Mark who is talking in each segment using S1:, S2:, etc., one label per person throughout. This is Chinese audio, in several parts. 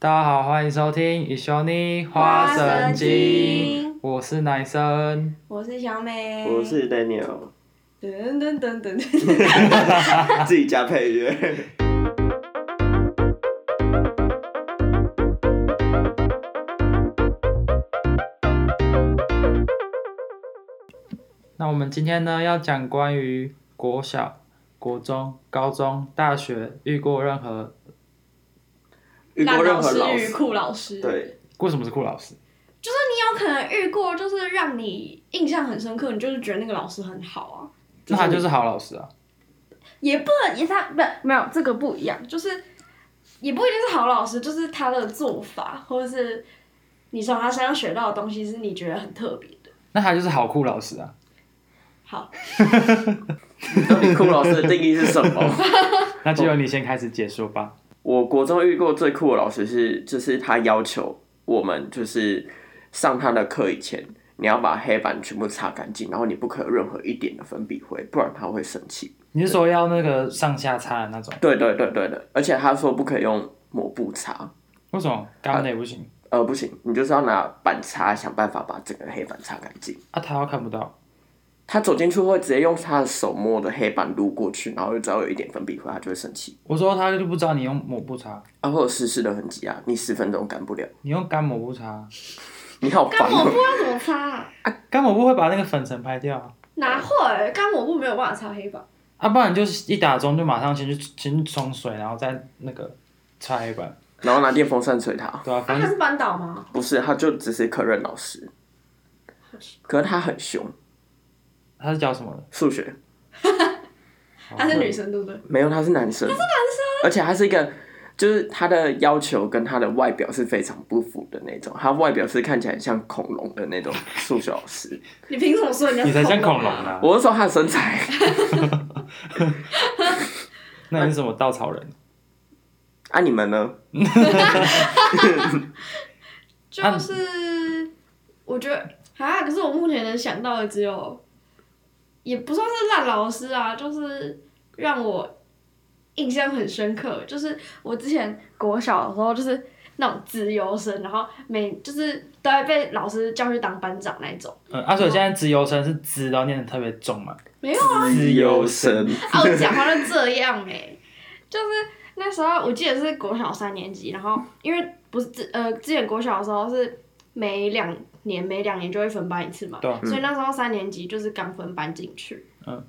S1: 大家好，欢迎收听《一休尼花神经》，我是奶生。
S2: 我是小美，
S3: 我是 Daniel，
S2: 等等等等等，
S3: 自己加配乐。
S1: 那我们今天呢，要讲关于国小、国中、高中、大学遇过任何
S3: 遇过任何
S2: 老
S3: 老
S2: 与
S3: 师，
S2: 酷老 师，，
S3: 对，
S1: 为什么是酷老师？
S2: 你有可能遇过，就是让你印象很深刻，你就是觉得那个老师很好啊，
S1: 那他就是好老师啊。
S2: 也不能也他不没有这个不一样，就是也不一定是好老师，就是他的做法，或者是你从他身上学到的东西是你觉得很特别的。
S1: 那他就是好酷老师啊。
S2: 好，
S3: 到底酷老师的定义是什么？
S1: 那就由你先开始解说吧。
S3: 我国中遇过最酷的老师是，就是他要求我们就是上他的课以前，你要把黑板全部擦干净，然后你不可有任何一点的粉笔灰，不然他会生气。
S1: 你是说要那个上下擦的那种？
S3: 对对对对的，而且他说不可以用抹布擦，
S1: 为什么干的也不行？
S3: 呃，不行，你就是要拿板擦，想办法把整个黑板擦干净。
S1: 啊，他又看不到。
S3: 他走进去会直接用他的手摸着黑板撸过去，然后只要有一点粉笔灰，他就会生气
S1: 我说他就不知道你用抹布擦，
S3: 啊，或者湿湿的痕迹啊，你十分钟干不了，
S1: 你用干抹布擦，
S3: 你好
S2: 干
S3: 烦
S2: 抹布
S3: 哦。
S2: 要怎么擦、啊？
S1: 干抹布会把那个粉尘拍掉啊。
S2: 哪会干抹布没有办法擦黑板？
S1: 啊，不然就是一打钟就马上先去先去冲水，然后再那个擦黑板，
S3: 然后拿电风扇吹他，
S1: 对吧、
S2: 啊，
S1: 反
S2: 他
S1: 正
S2: 是班导吗？
S3: 不是，他就只是科任老师，可是他很凶，
S1: 他是教什么的？哦
S3: 数学
S2: 她
S3: 哦
S2: 是女生对不对？
S3: 没有，他是男生，他是男生，而且他是一个。就是他的要求跟他的外表是非常不符的那种，他外表是看起来很像恐龙的那种数学老师。
S2: 你凭什么说人家是
S1: 你才像恐
S2: 龙
S1: 龙
S2: 啊？
S1: 啊！
S3: 我是说他的身材，
S1: 那你是什么稻草人？
S3: 啊你们呢？
S2: 就是、我觉得啊，可是我目前能想到的只有，也不算是烂老师啊，就是让我印象很深刻。就是我之前国小的时候，就是那种自由生，然后每就是都会被老师叫去当班长那一种。
S1: 嗯，啊，所以现在自由生是“自”，然后念的特别重嘛。
S2: 没有
S3: 嗯
S2: 啊，
S1: 自由神，
S2: 啊，我讲话就这样哎、就是那时候我记得是国小三年级，然后因为不是之呃之前国小的时候是每两年每两年就会分班一次嘛，
S1: 对啊
S2: 所以那时候三年级就是刚分班进去，
S1: 嗯，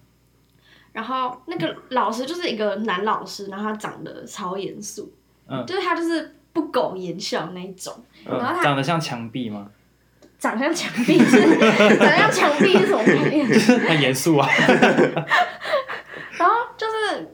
S2: 然后那个老师就是一个男老师，然后他长得超严肃，
S1: 嗯
S2: 就是他就是不苟言笑那一种，然后
S1: 嗯、
S2: 他
S1: 长得像墙壁嘛，
S2: 长得像墙壁是 长得像墙壁是什么概念？
S1: 就是很严肃啊。
S2: 然后就是，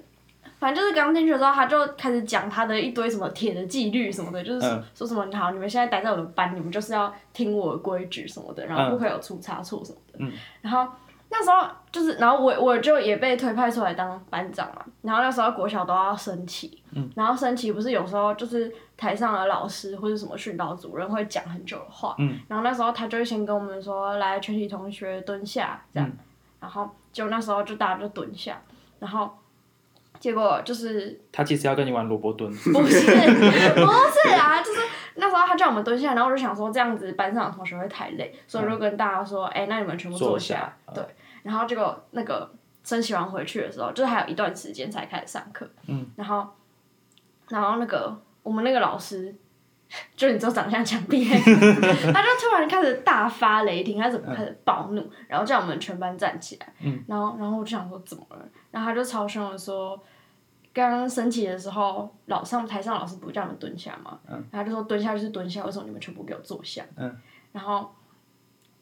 S2: 反正就是刚进去的时候，他就开始讲他的一堆什么铁的纪律什么的，就是说,、
S1: 嗯
S2: 说什么好，你们现在待在我的班，你们就是要听我的规矩什么的，然后不可以有出差错什么的。
S1: 嗯
S2: 然后那时候就是，然后我我就也被推派出来当班长嘛。然后那时候国小都要升旗，
S1: 嗯
S2: 然后升旗不是有时候就是台上的老师或者什么训导主任会讲很久的话，
S1: 嗯
S2: 然后那时候他就会先跟我们说，来全体同学蹲下这样，
S1: 嗯
S2: 然后就那时候就大家就蹲下，然后结果 就是
S1: 他其实要跟你玩萝卜蹲，
S2: 不是不是啊，就是那时候他叫我们蹲下，然后我就想说这样子班上的同学会太累，所以我就跟大家说，哎、那你们全部坐
S1: 坐下
S2: 对，然后结果那个升旗完回去的时候，就是还有一段时间才开始上课，
S1: 嗯，
S2: 然后然后那个我们那个老师。就你知道长相墙壁， 他就突然开始大发雷霆，他怎么开始暴怒，然后叫我们全班站起来，
S1: 嗯
S2: 然后然后我就想说怎么了，然后他就超凶的说，刚刚升旗的时候，老上台上老师不叫你们蹲下吗？然后他就说蹲下就是蹲下，为什么你们全部给我坐下？
S1: 嗯
S2: 然后，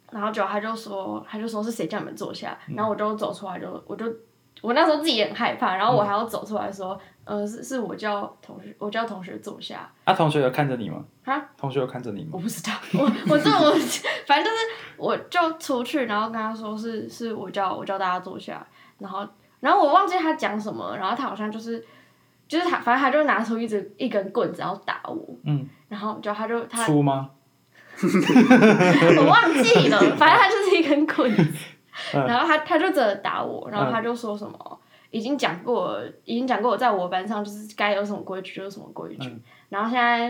S2: 然后结果他就说，他就说是谁叫你们坐下？然后我就走出来就，我就我那时候自己也很害怕，然后我还要走出来说，呃，是是我叫同学，我叫同学坐下，
S1: 啊，同学有看着你吗？
S2: 啊，
S1: 同学有看着你吗？
S2: 我不知道，我我这我 反正就是我就出去，然后跟他说是是我叫我叫大家坐下，然后然后我忘记他讲什么，然后他好像就是就是他反正他就拿出一只一根棍子要打我，
S1: 嗯，
S2: 然后就他就他
S1: 粗吗？
S2: 我忘 记了，反正他就是一根棍子。
S1: 嗯
S2: 然后他他就真的打我，然后
S1: 嗯
S2: 他就说什么、已经讲
S1: 嗯
S2: 过了，已经讲过我在我班上就是该有什么规矩就是什么规矩。然后现在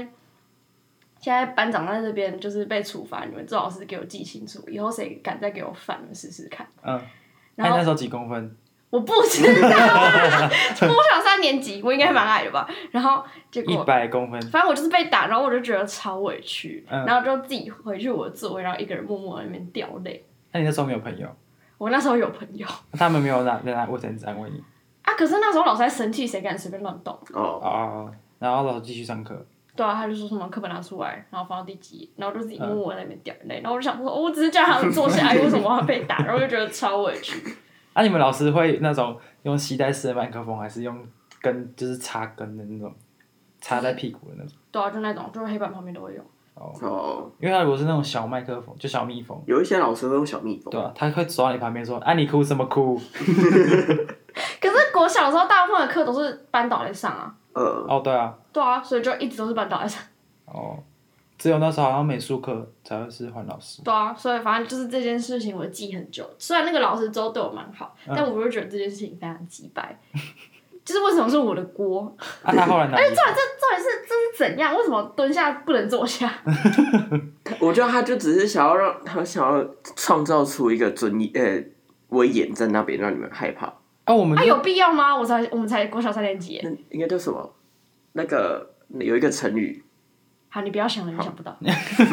S2: 现在班长在这边就是被处罚，你们最好是给我记清楚，以后谁敢再给我犯了试试看。
S1: 嗯，那
S2: 然
S1: 你
S2: 后
S1: 那时候几公分？
S2: 我不 知道啊，我小三年级，我应该蛮矮的吧？然后结
S1: 一
S2: 果，
S1: 百公分。
S2: 反正我就是被打，然后我就觉得超委屈，
S1: 嗯
S2: 然后就自己回去我的座位，然后一个人默默在那边掉泪。
S1: 那你那时候没有朋友，
S2: 我那时候有朋友
S1: 他们没有拿拿卫生纸安慰你
S2: 啊，可是那时候老师在生气，谁敢随便乱动？
S3: 哦，
S1: 哦。然后老师继续上课，
S2: 对啊，他就说什么课本拿出来，然后放到第几页，然后就自己默默在那边掉眼泪，然后我就想说，哦我只是叫他们坐下来，为什么我要被打？然后我就觉得超委屈。
S1: 啊，你们老师会那种用吸带式的麦克风，还是用根就是插根的那种，插在屁股的那种？
S2: 对啊，就那种，就是黑板旁边都会有。
S1: 哦，
S3: 哦，
S1: 因为他如果是那种小麦克风，就小蜜蜂，
S3: 有一些老师会用小蜜
S1: 对
S3: 蜂，
S1: 吧、他会走到你旁边说：“啊，你哭什么哭
S2: 可是国小的时候，大部分的课都是班导在上啊。
S3: 呃，？”
S1: 哦，对啊，
S2: 对啊，所以就一直都是班导在上。
S1: 哦，只有那时候好像美术课才会是换老师。
S2: 对啊，所以反正就是这件事情我记很久。虽然那个老师之后对我蛮好，但我就觉得这件事情非常鸡掰。就是为什么是我的锅？
S1: 啊，他后来
S2: 哎
S1: 哪里？
S2: 到底是这是怎样？为什么蹲下不能坐下？
S3: 我觉得他就只是想要让他想要创造出一个尊严，呃，威严在那边让你们害怕。
S1: 啊，我们
S2: 啊，
S1: 就
S2: 有必要吗？我才我们才国小三年级耶。
S3: 那应该叫什么？那个有一个成语，
S2: 好，你不要想了，你想不到。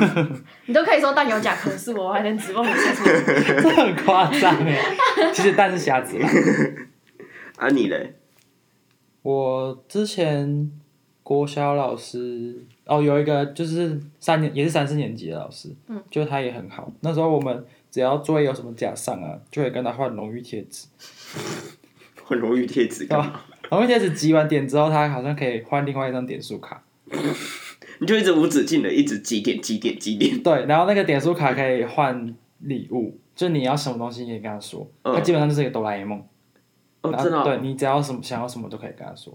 S2: 你都可以说蛋有甲壳是我，我还能指望你猜 出来。
S1: 这很夸张哎。其实蛋是瞎子啦。
S3: 啊，你嘞？
S1: 我之前国小老师哦，有一个就是三年也是三四年级的老师，嗯，就他也很好。那时候我们只要作业有什么假上啊，就会跟他换荣誉贴纸。
S3: 换荣誉贴纸干
S1: 啊
S3: 嘛？
S1: 荣誉贴纸集完点之后，他好像可以换另外一张点数卡。
S3: 你就一直无止境的一直积点积点积点，
S1: 对，然后那个点数卡可以换礼物，就你要什么东西，你可以跟他说。
S3: 嗯
S1: 他基本上就是一个哆啦 A 梦。
S3: 哦，
S1: 然
S3: 真的
S1: 后
S3: 哦、
S1: 啊对你只要什么想要什么都可以跟他说。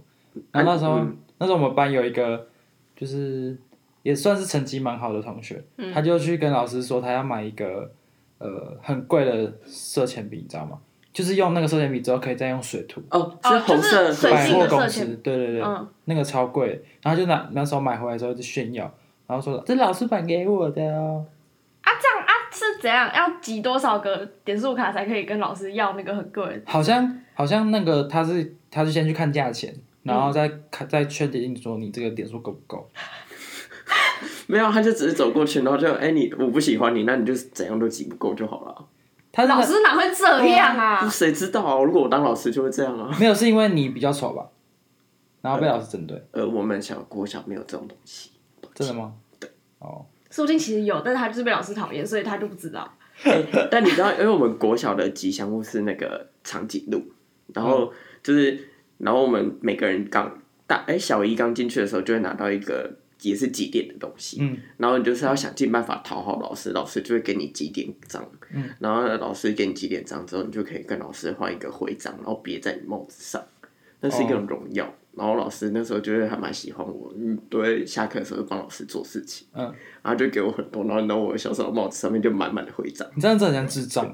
S1: 然
S2: 哎
S1: 后那时候、
S3: 嗯
S1: 那时候我们班有一个就是也算是成绩蛮好的同学，
S2: 嗯
S1: 他就去跟老师说他要买一个呃很贵的色铅笔，你知道吗？就是用那个色铅笔之后可以再用水涂，
S3: 哦，
S2: 哦
S3: 是红色
S2: 就是水
S1: 百
S2: 性
S1: 货
S2: 的
S1: 公
S2: 色
S1: 司
S2: 铅，
S1: 对对对，
S2: 嗯
S1: 那个超贵。然后就拿那时候买回来之后就炫耀，然后说这老师版给我的哦。
S2: 啊，这样啊是怎样？要集多少个点数卡才可以跟老师要那个很贵的
S1: 好像好像那个他是他是先去看价钱，然
S2: 嗯
S1: 后再看、再确定说你这个点数够不够。
S3: 没有，他就只是走过去，然后就哎、你我不喜欢你，那你就怎样都挤不够就好了。
S1: 他是那
S2: 老师哪会这样啊？
S3: 谁知道啊？如果我当老师就会这样 啊。
S1: 没有，是因为你比较丑吧？然后被老师针对，
S3: 呃，我们小国小没有这种东西，
S1: 真的吗？哦，
S2: 说不定其实有，但是他就是被老师讨厌，所以他就不知道。
S3: 但你知道，因为我们国小的吉祥物是那个长颈鹿，然
S1: 嗯
S3: 后就是，然后我们每个人刚大哎、小一刚进去的时候，就会拿到一个也是几点的东西，
S1: 嗯，
S3: 然后你就是要想尽办法讨好老师，老师就会给你几点章，
S1: 嗯，
S3: 然后老师给你几点章之后，你就可以跟老师换一个徽章，然后别在你帽子上，那是一个
S1: 哦
S3: 荣耀。然后老师那时候就会还蛮喜欢我，嗯，都会下课的时候就帮老师做事情，
S1: 嗯，
S3: 然后就给我很多，然后然后我的小时候帽子上面就满满的徽章。
S1: 你真的真的很像智障。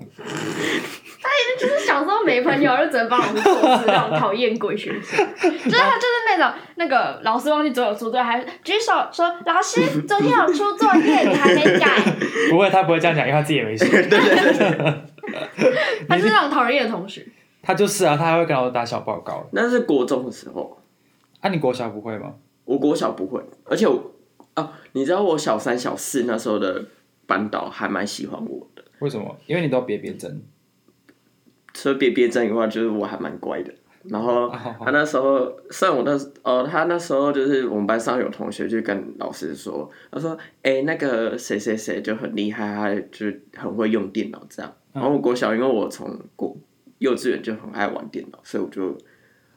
S2: 就是小时候没朋友，就只能帮老师做事，那种讨厌鬼学生。 就是他就是那种那个老师忘记昨天有出作业，还举手说老师昨天有出作业，你还没改。
S1: 不会，他不会这样讲，因为他自己也没说。
S2: 他就是那种讨人厌的同学。
S1: 他就是啊，他还会跟老师打小报告。
S3: 那是国中的时候，
S1: 啊，你国小不会吗？
S3: 我国小不会，而且我啊，你知道我小三小四那时候的班导还蛮喜欢我的，
S1: 为什么？因为你都别别针。
S3: 除了别别站以外，就是我还蛮乖的。然后
S1: 哦
S3: 他那时候，虽然我那时哦，他那时候就是我们班上有同学就跟老师说，他说：“哎、那个谁谁谁就很厉害，他就很会用电脑这样。”然后我国小，因为我从国幼稚园就很爱玩电脑，所以我就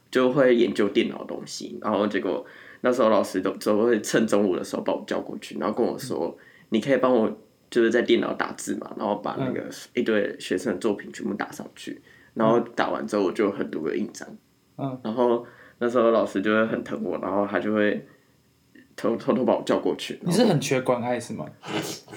S3: 就会研究电脑的东西。然后结果那时候老师都都会趁中午的时候把我叫过去，然后跟我
S1: 嗯
S3: 说：“你可以帮我就是在电脑打字嘛，然后把那
S1: 嗯
S3: 个一堆学生的作品全部打上去。”然后打完之后，我就有很多个印章。
S1: 嗯，
S3: 然后那时候老师就会很疼我，然后他就会偷偷偷把我叫过去。
S1: 你是很缺关爱是吗？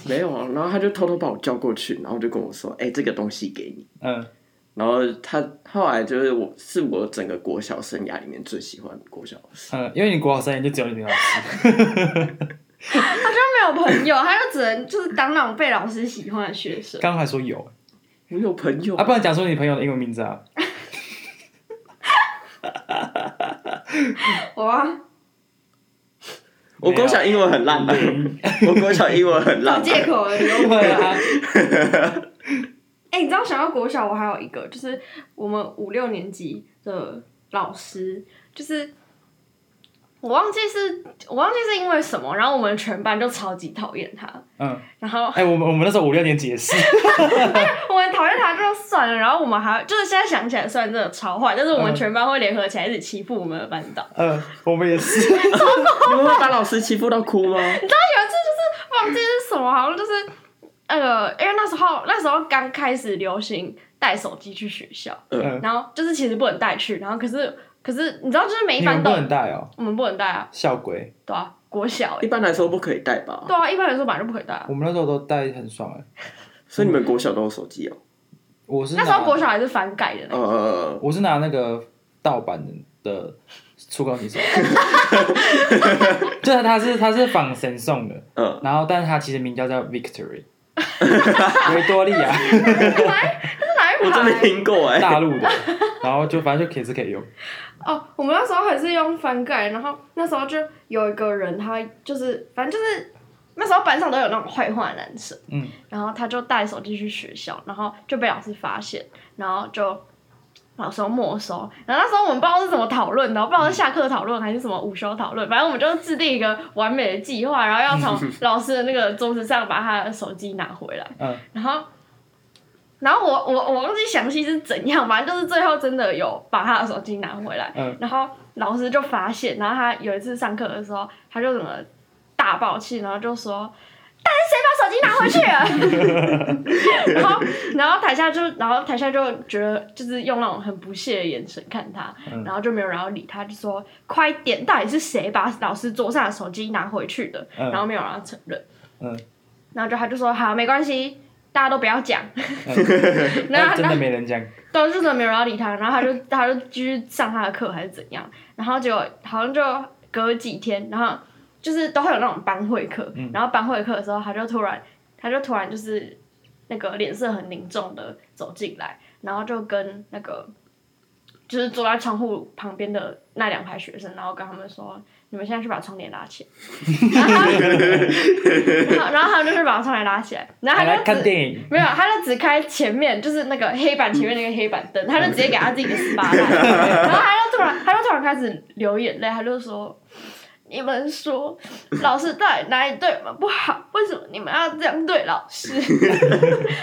S3: 没有啊？然后他就偷偷把我叫过去，然后就跟我说：“哎、这个东西给你。
S1: 嗯，”
S3: 然后他后来就是我是我整个国小生涯里面最喜欢的国小老师。
S1: 嗯，因为你国小三年就只有你老师。
S2: 他就没有朋友，他就只能就是当那种被老师喜欢的学生。
S1: 刚刚还说有
S3: 我有朋友
S1: 啊，不然讲出你朋友的英文名字啊。
S2: 我啊，
S3: 我国小英文很烂的，
S2: 嗯
S3: 我国小英文很
S2: 找
S3: 烂。
S2: 借口而已。我
S1: 对啊，
S2: 哎、你知道想到国小，我还有一个，就是我们五六年级的老师，就是我忘记是我忘记是因为什么，然后我们全班就超级讨厌他，
S1: 嗯，
S2: 然后
S1: 哎、我们我们那时候五六年级也是，
S2: 我们讨厌他就算了，然后我们还就是现在想起来虽然真的超坏，但是我们
S1: 嗯
S2: 全班会联合起来一起欺负我们的班导。
S1: 嗯，我们也 是，
S2: 啊
S3: 你们会把老师欺负到哭吗？
S2: 有一次啊就是忘记是什么，好像就是那个，因为那时候那时候刚开始流行带手机去学校，
S1: 嗯，
S2: 然后就是其实不能带去，然后可是可是你知道，就是每一
S1: 你
S2: 班
S1: 们
S2: 都
S1: 不能带哦，
S2: 我们不能带啊，
S1: 校规，
S2: 对啊，国小、
S3: 一
S2: 欸，
S3: 般来说不可以带吧，
S2: 对啊，一般来说本来就不可以带啊。
S1: 我们那时候都带很爽哎、
S3: 所以你们国小都有手机哦。
S1: 我是
S2: 那时候
S1: 拿
S2: 国小还是翻盖的呢，
S1: 哦
S3: 嗯嗯嗯
S1: 我是拿那个盗版的的出口提手，就是它是它是仿神送的，
S3: 嗯嗯，
S1: 然后但是它其实名叫叫 Victory，维多利 亚
S2: 那欸
S3: 我
S2: 哪
S3: 真
S2: 一
S3: 的
S2: 排？
S3: 听过哎、
S1: 大陆的，然后就反正就可以是可以用，
S2: 哦，我们那时候还是用翻盖，然后那时候就有一个人，他就是反正就是那时候班上都有那种坏话男生，
S1: 嗯，
S2: 然后他就带手机去学校，然后就被老师发现，然后就老师没收。然后那时候我们不知道是怎么讨论的，不知道是下课讨论还是什么午休讨论，反正我们就制定一个完美的计划，然后要从老师的那个桌子上把他的手机拿回来。
S1: 嗯，
S2: 然后，然后我我我忘记详细是怎样，反正就是最后真的有把他的手机拿回来，
S1: 嗯
S2: 然后老师就发现，然后他有一次上课的时候，他就怎么大爆气，然后就说。但是谁把手机拿回去 了？然后，然后台下就，然后台下就觉得，就是用那种很不屑的眼神看他，
S1: 嗯
S2: 然后就没有人要理他，就说快点，到底是谁把老师桌上的手机拿回去的？
S1: 嗯
S2: 然后没有人要承认，
S1: 嗯，
S2: 然后就他就说好，没关系，大家都不要讲，
S1: 嗯
S2: 然
S1: 但
S2: 后
S1: 哎真
S2: 他
S1: 的没人讲，
S2: 到日本没有人要理他，然后他就他就继续上他的课还是怎样，然后结果好像就隔几天，然后就是都会有那种班会课，然后班会课的时候，他就突然他就突然就是那个脸色很凝重的走进来，然后就跟那个就是坐在窗户旁边的那两排学生，然后跟他们说：“你们现在去把窗帘拉起来。然后他”然后然后他们就去把窗帘拉起来，然后
S1: 还
S2: 他就
S1: 来看
S2: 只
S1: 电影，
S2: 没有，他就只开前面，就是那个黑板前面那个黑板灯，他就直接给他自己的十八 大，然后他就突然，他就突然开始流眼泪，他就说：“你们说老师到底哪里对我们不好？为什么你们要这样对老 师？”然后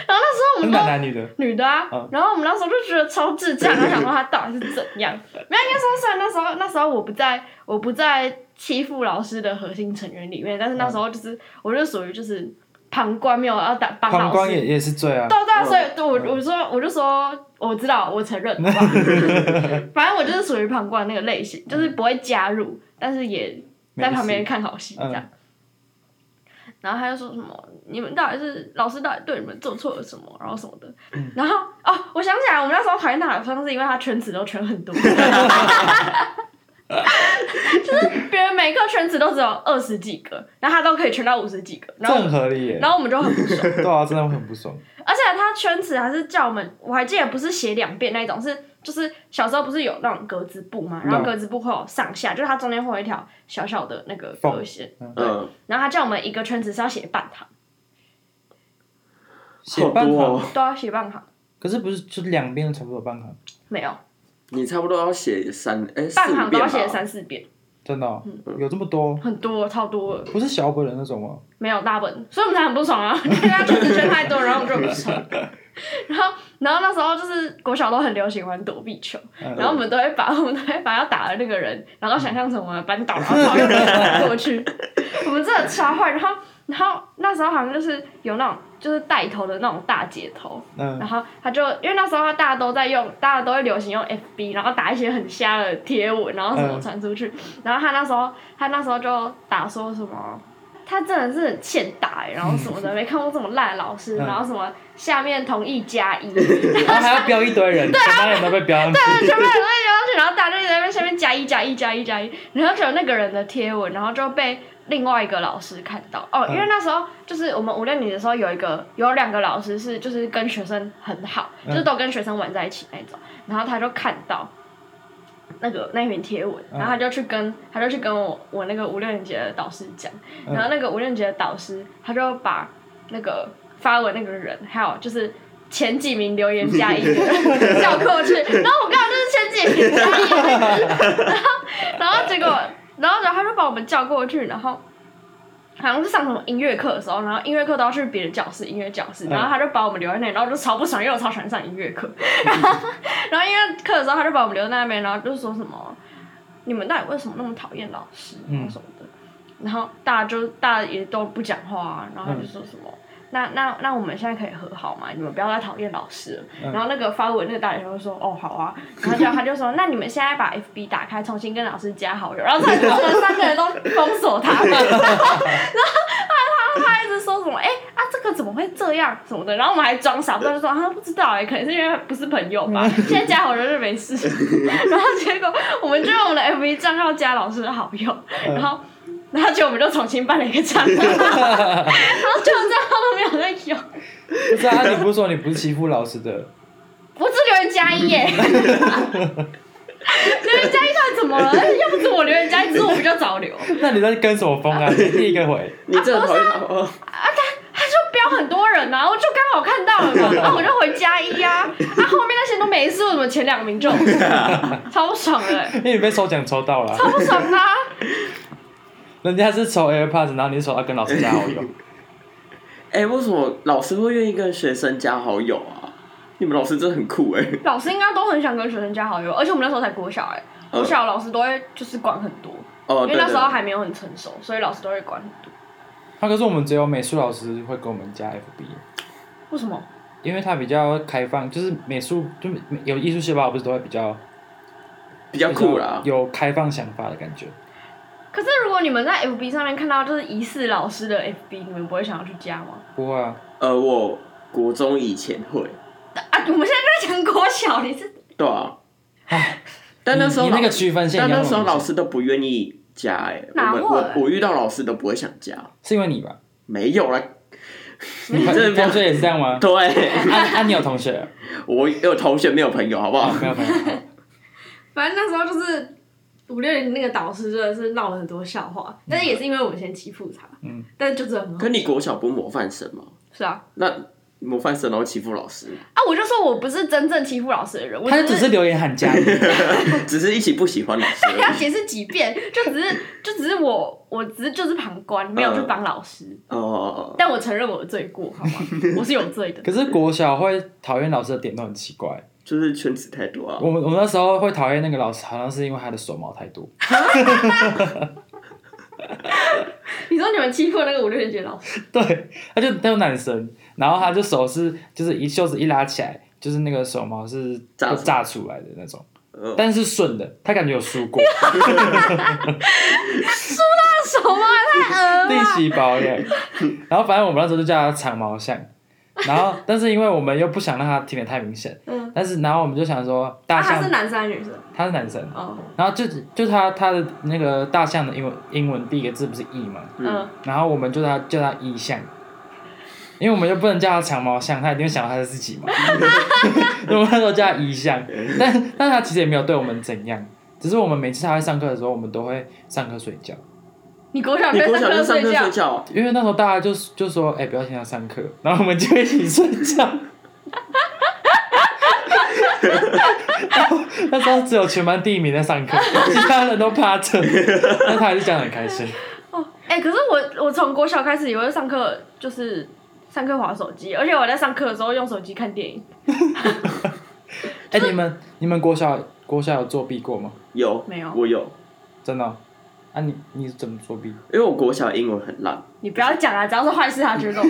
S2: 那时候我
S1: 是
S2: 们都
S1: 男男女的，
S2: 女的啊，
S1: 嗯
S2: 然后我们那时候就觉得超智障，然后想说他到底是怎样？没有，应该说虽然那时候那时候我不在，我不在欺负老师的核心成员里面，但是那时候就是、我就属于就是旁观，没有要打帮
S1: 膀
S2: 老
S1: 胱
S2: 师
S1: 也也是罪啊，
S2: 对对，所以对我我说我就说我知道，我承认，好不好反正我就是属于旁观那个类型，就是不会加入，但是也在旁边看好
S1: 嗯
S2: 戏这样。然后他就说什么，你们到底是老师到底对你们做错了什么，然后什么的。然后哦，我想起来，我们那时候讨厌他，好像是因为他圈子都圈很多，就是别人每个圈子都只有二十几个，然后他都可以圈到五十几个，然
S1: 这
S2: 后
S1: 很合理耶
S2: 然，后我们就很不爽。
S1: 对啊，真的会很不爽，
S2: 而且他圈词还是叫我们，我还记得不是写两遍那种，是就是小时候不是有那种格子布嘛，然后
S1: 嗯
S2: 格子布会有上下，就是它中间会有一条小小的那个
S1: 缝
S2: 格线，
S3: 嗯，
S2: 然后他叫我们一个圈子是要写半
S1: 写
S2: 行，
S3: 好
S1: 半
S3: 多
S1: 行，
S3: 哦，
S2: 都要写半行，
S1: 可是不是就是两边差不多半行，
S2: 没有
S3: 你差不多要写三哎四
S2: 半
S3: 五
S2: 行都
S3: 遍
S2: 要写
S3: 吧？
S2: 三四遍，
S1: 真的哦、
S2: 嗯
S1: 有这么多，
S2: 很多超多了，
S1: 不是小本的那种哦吗？
S2: 没有大本，所以我们才很不爽 啊，因为他圈子圈太多，然后我们就很不爽。然后，然后那时候就是国小都很流行玩躲避球，
S1: 嗯
S2: 然后我们都会把我们都会把要打的那个人，然后想象成我们的班导，然后跑到过 去，我们真的超坏。然后，然后那时候好像就是有那种就是带头的那种大姐头，然
S1: 嗯，
S2: 后他就因为那时候大家都在用，大家都会流行用 FB，然后打一些很瞎的贴文，然后什么
S1: 嗯
S2: 传出去。然后他那时候他那时候就打说什么，他真的是很欠打、欸，然后什 么的，没看过这么烂的老师，
S1: 嗯
S2: 然后什么下面同意加一，
S1: 然后还要标一堆人，全班人都被标上去，
S2: 对，啊全部人都在聊上去，然后大家就在那边下面加一加一加一加一，然后就有那个人的贴文，然后就被另外一个老师看到哦，因为那时候就是我们五六年级的时候有一个有两个老师是就是跟学生很好，就是都跟学生玩在一起那种，然后他就看到那个那篇贴文，然后他就去跟他就去跟我我那个五六年级的导师讲，然后那个五六年级的导师他就把那个发文那个人还有就是。前几名留言加一的叫过去，然后我刚好就是前几名加一的那个人，然后然后结果然后然后他就把我们叫过去，然后好像是上什么音乐课的时候，然后音乐课都要去别的教室，音乐教室，
S1: 嗯
S2: 然后他就把我们留在那里，然后我就超不爽，因为我超喜欢上音乐 课，然后然后音乐课的时候他就把我们留在那边，然后就说什么你们到底为什么那么讨厌老师啊
S1: 嗯
S2: 什么的，然后大家就大家也都不讲话啊，然后他就说什么。那那那我们现在可以和好嘛？你们不要再讨厌老师了。
S1: 嗯
S2: 然后那个发文那个大学生就说：“哦，好啊。” 然后就他就说：“那你们现在把 FB 打开，重新跟老师加好友。”然后他们三个人都封锁他们，然后然后他他一直说什么：“哎、啊，这个怎么会这样什么的？”然后我们还装傻，不知道就说：“啊，不知道哎、可能是因为不是朋友吧。现在加好友就没事。”然后结果我们就用我们的 FB 账号加老师的好友，然后。然后结果我们就重新办了一个账号，然后就账号都没有在用，
S1: 不是啊，你不是说你不是欺负老师的？
S2: 我只留言加一耶。留言加一到底怎么了？要不是我留言加一，只是我比较早留。
S1: 那你在跟什么风啊？你第一个回，
S3: 你真的讨厌
S2: 啊
S3: 哦他吗？
S2: 他就标很多人啊，我就刚好看到了嘛， 然后我就回加一啊。啊，后面那些都没事，为什么前两名 就有事？超不爽的、欸，
S1: 因为你被抽奖抽到了
S2: 超，不爽的啊！
S1: 人家是抽 AirPods，然后你是抽到跟老师加 好友，
S3: 哎、为什么老师会愿意跟学生加好友啊？你们老师真的很酷哎、
S2: 老师应该都很想跟学生加好友，而且我们那时候才国小哎、国小老师都会就是管很多，
S3: 嗯哦，
S2: 因为
S3: 对
S2: 那
S3: 对
S2: 时候
S3: 对
S2: 还没有很成熟，所以老师都会管很多。
S1: 那、可是我们只有美术老师会给我们加 FB，
S2: 为什么？
S1: 因为他比较开放，就是美术就有艺术细胞，不是都会比较
S3: 比较酷啦。
S1: 有开放想法的感觉。
S2: 可是如果你们在 FB 上面看到就是疑似老师的 FB，你们不会想要去加吗？
S1: 不会啊，
S3: 呃，我国中以前会，
S2: 啊，我们现在在讲国小，你是
S3: 对啊。但那时候
S1: 你你那个
S3: 老
S1: 区分线
S3: 但
S1: 你要
S3: 那
S1: 弄
S3: 时候
S1: 清楚
S3: 老师都不愿意加哎、
S2: 哪
S3: 我们
S2: 会
S3: 我我遇到老师都不会想加，
S1: 是因为你 吧？
S3: 没有啦。
S1: 你
S3: 真的不要
S1: 同学也是这样吗？
S3: 对，
S1: 啊啊，你有同学啊？
S3: 我有同学没有朋友，好不好？
S1: 没有 没有。没有
S2: 反正那时候就是五六年级那个导师真的是闹了很多笑话，但是也是因为我们先欺负他，
S1: 嗯，
S2: 但是就真的很好
S3: 可，你国小不是模范生吗？
S2: 是啊，
S3: 那模范生然后欺负老师，
S2: 啊，我就说我不是真正欺负老师的人，我
S1: 他就只是留言喊加你，
S3: 只是一起不喜欢老师
S2: 他
S3: 而
S2: 给他 解
S3: 已。
S2: 释几遍，就只是就只是我我只是就是旁观，没有去帮老师，
S3: 哦哦哦，
S2: 但我承认我的罪过，好吗？我是有罪的。
S1: 可是国小会讨厌老师的点都很奇怪。
S3: 就是圈子太多
S2: 哦
S3: 啊。
S1: 我们我们那时候会讨厌那个老师，好像是因为他的手毛太 多。
S2: 你说你们欺负那个五六年级的老师，
S1: 对，他就他有男生，然后他就手是就是一袖子一拉起来，就是那个手毛是
S3: 炸
S1: 会
S3: 出来
S1: 炸出来的那种，
S3: 嗯，
S1: 但是顺的，他感觉有梳 过，
S2: 手吗？太恶
S1: 立细胞耶。然后反正我们那时候就叫他长毛象，然 后但是因为我们又不想让他听得太明显，
S2: 嗯，
S1: 但是然后我们就想说大
S2: 啊他
S1: 象、
S2: 是男生还是女生？
S1: 他是男生，
S2: 哦，
S1: 然后就就他他的那个大象的英文英文第一个字不是 e 吗？
S2: 嗯，
S1: 然后我们就叫他叫他一象，因为我们就不能叫他长毛象，他一定会想到他是自己嘛。我们那时候叫他一象，但但他其实也没有对我们怎样，只是我们每次他在上课的时候，我们都会上课睡觉，
S2: 你国小
S3: 你
S2: 就
S3: 国小
S2: 上
S3: 就
S2: 课
S3: 上课
S2: 睡觉，
S3: 睡觉，
S1: 因为那时候大家就就说哎、不要听他上课，然后我们就一起睡觉。 然后那时候只有全班第一名在上课，其他人都趴着，但他还是讲得很开心。
S2: 哦，哎、可是我我从国小开始也会上课，就是上课划手机，而且我在上课的时候用手机看电影。
S1: 哎、你们你们国小国小有作弊过吗？
S3: 有
S2: 没有
S3: 我有，
S1: 真的哦、啊你，你怎么作弊？
S3: 因为我国小英文很烂，
S2: 你不要讲啊，只要是坏事他就弄。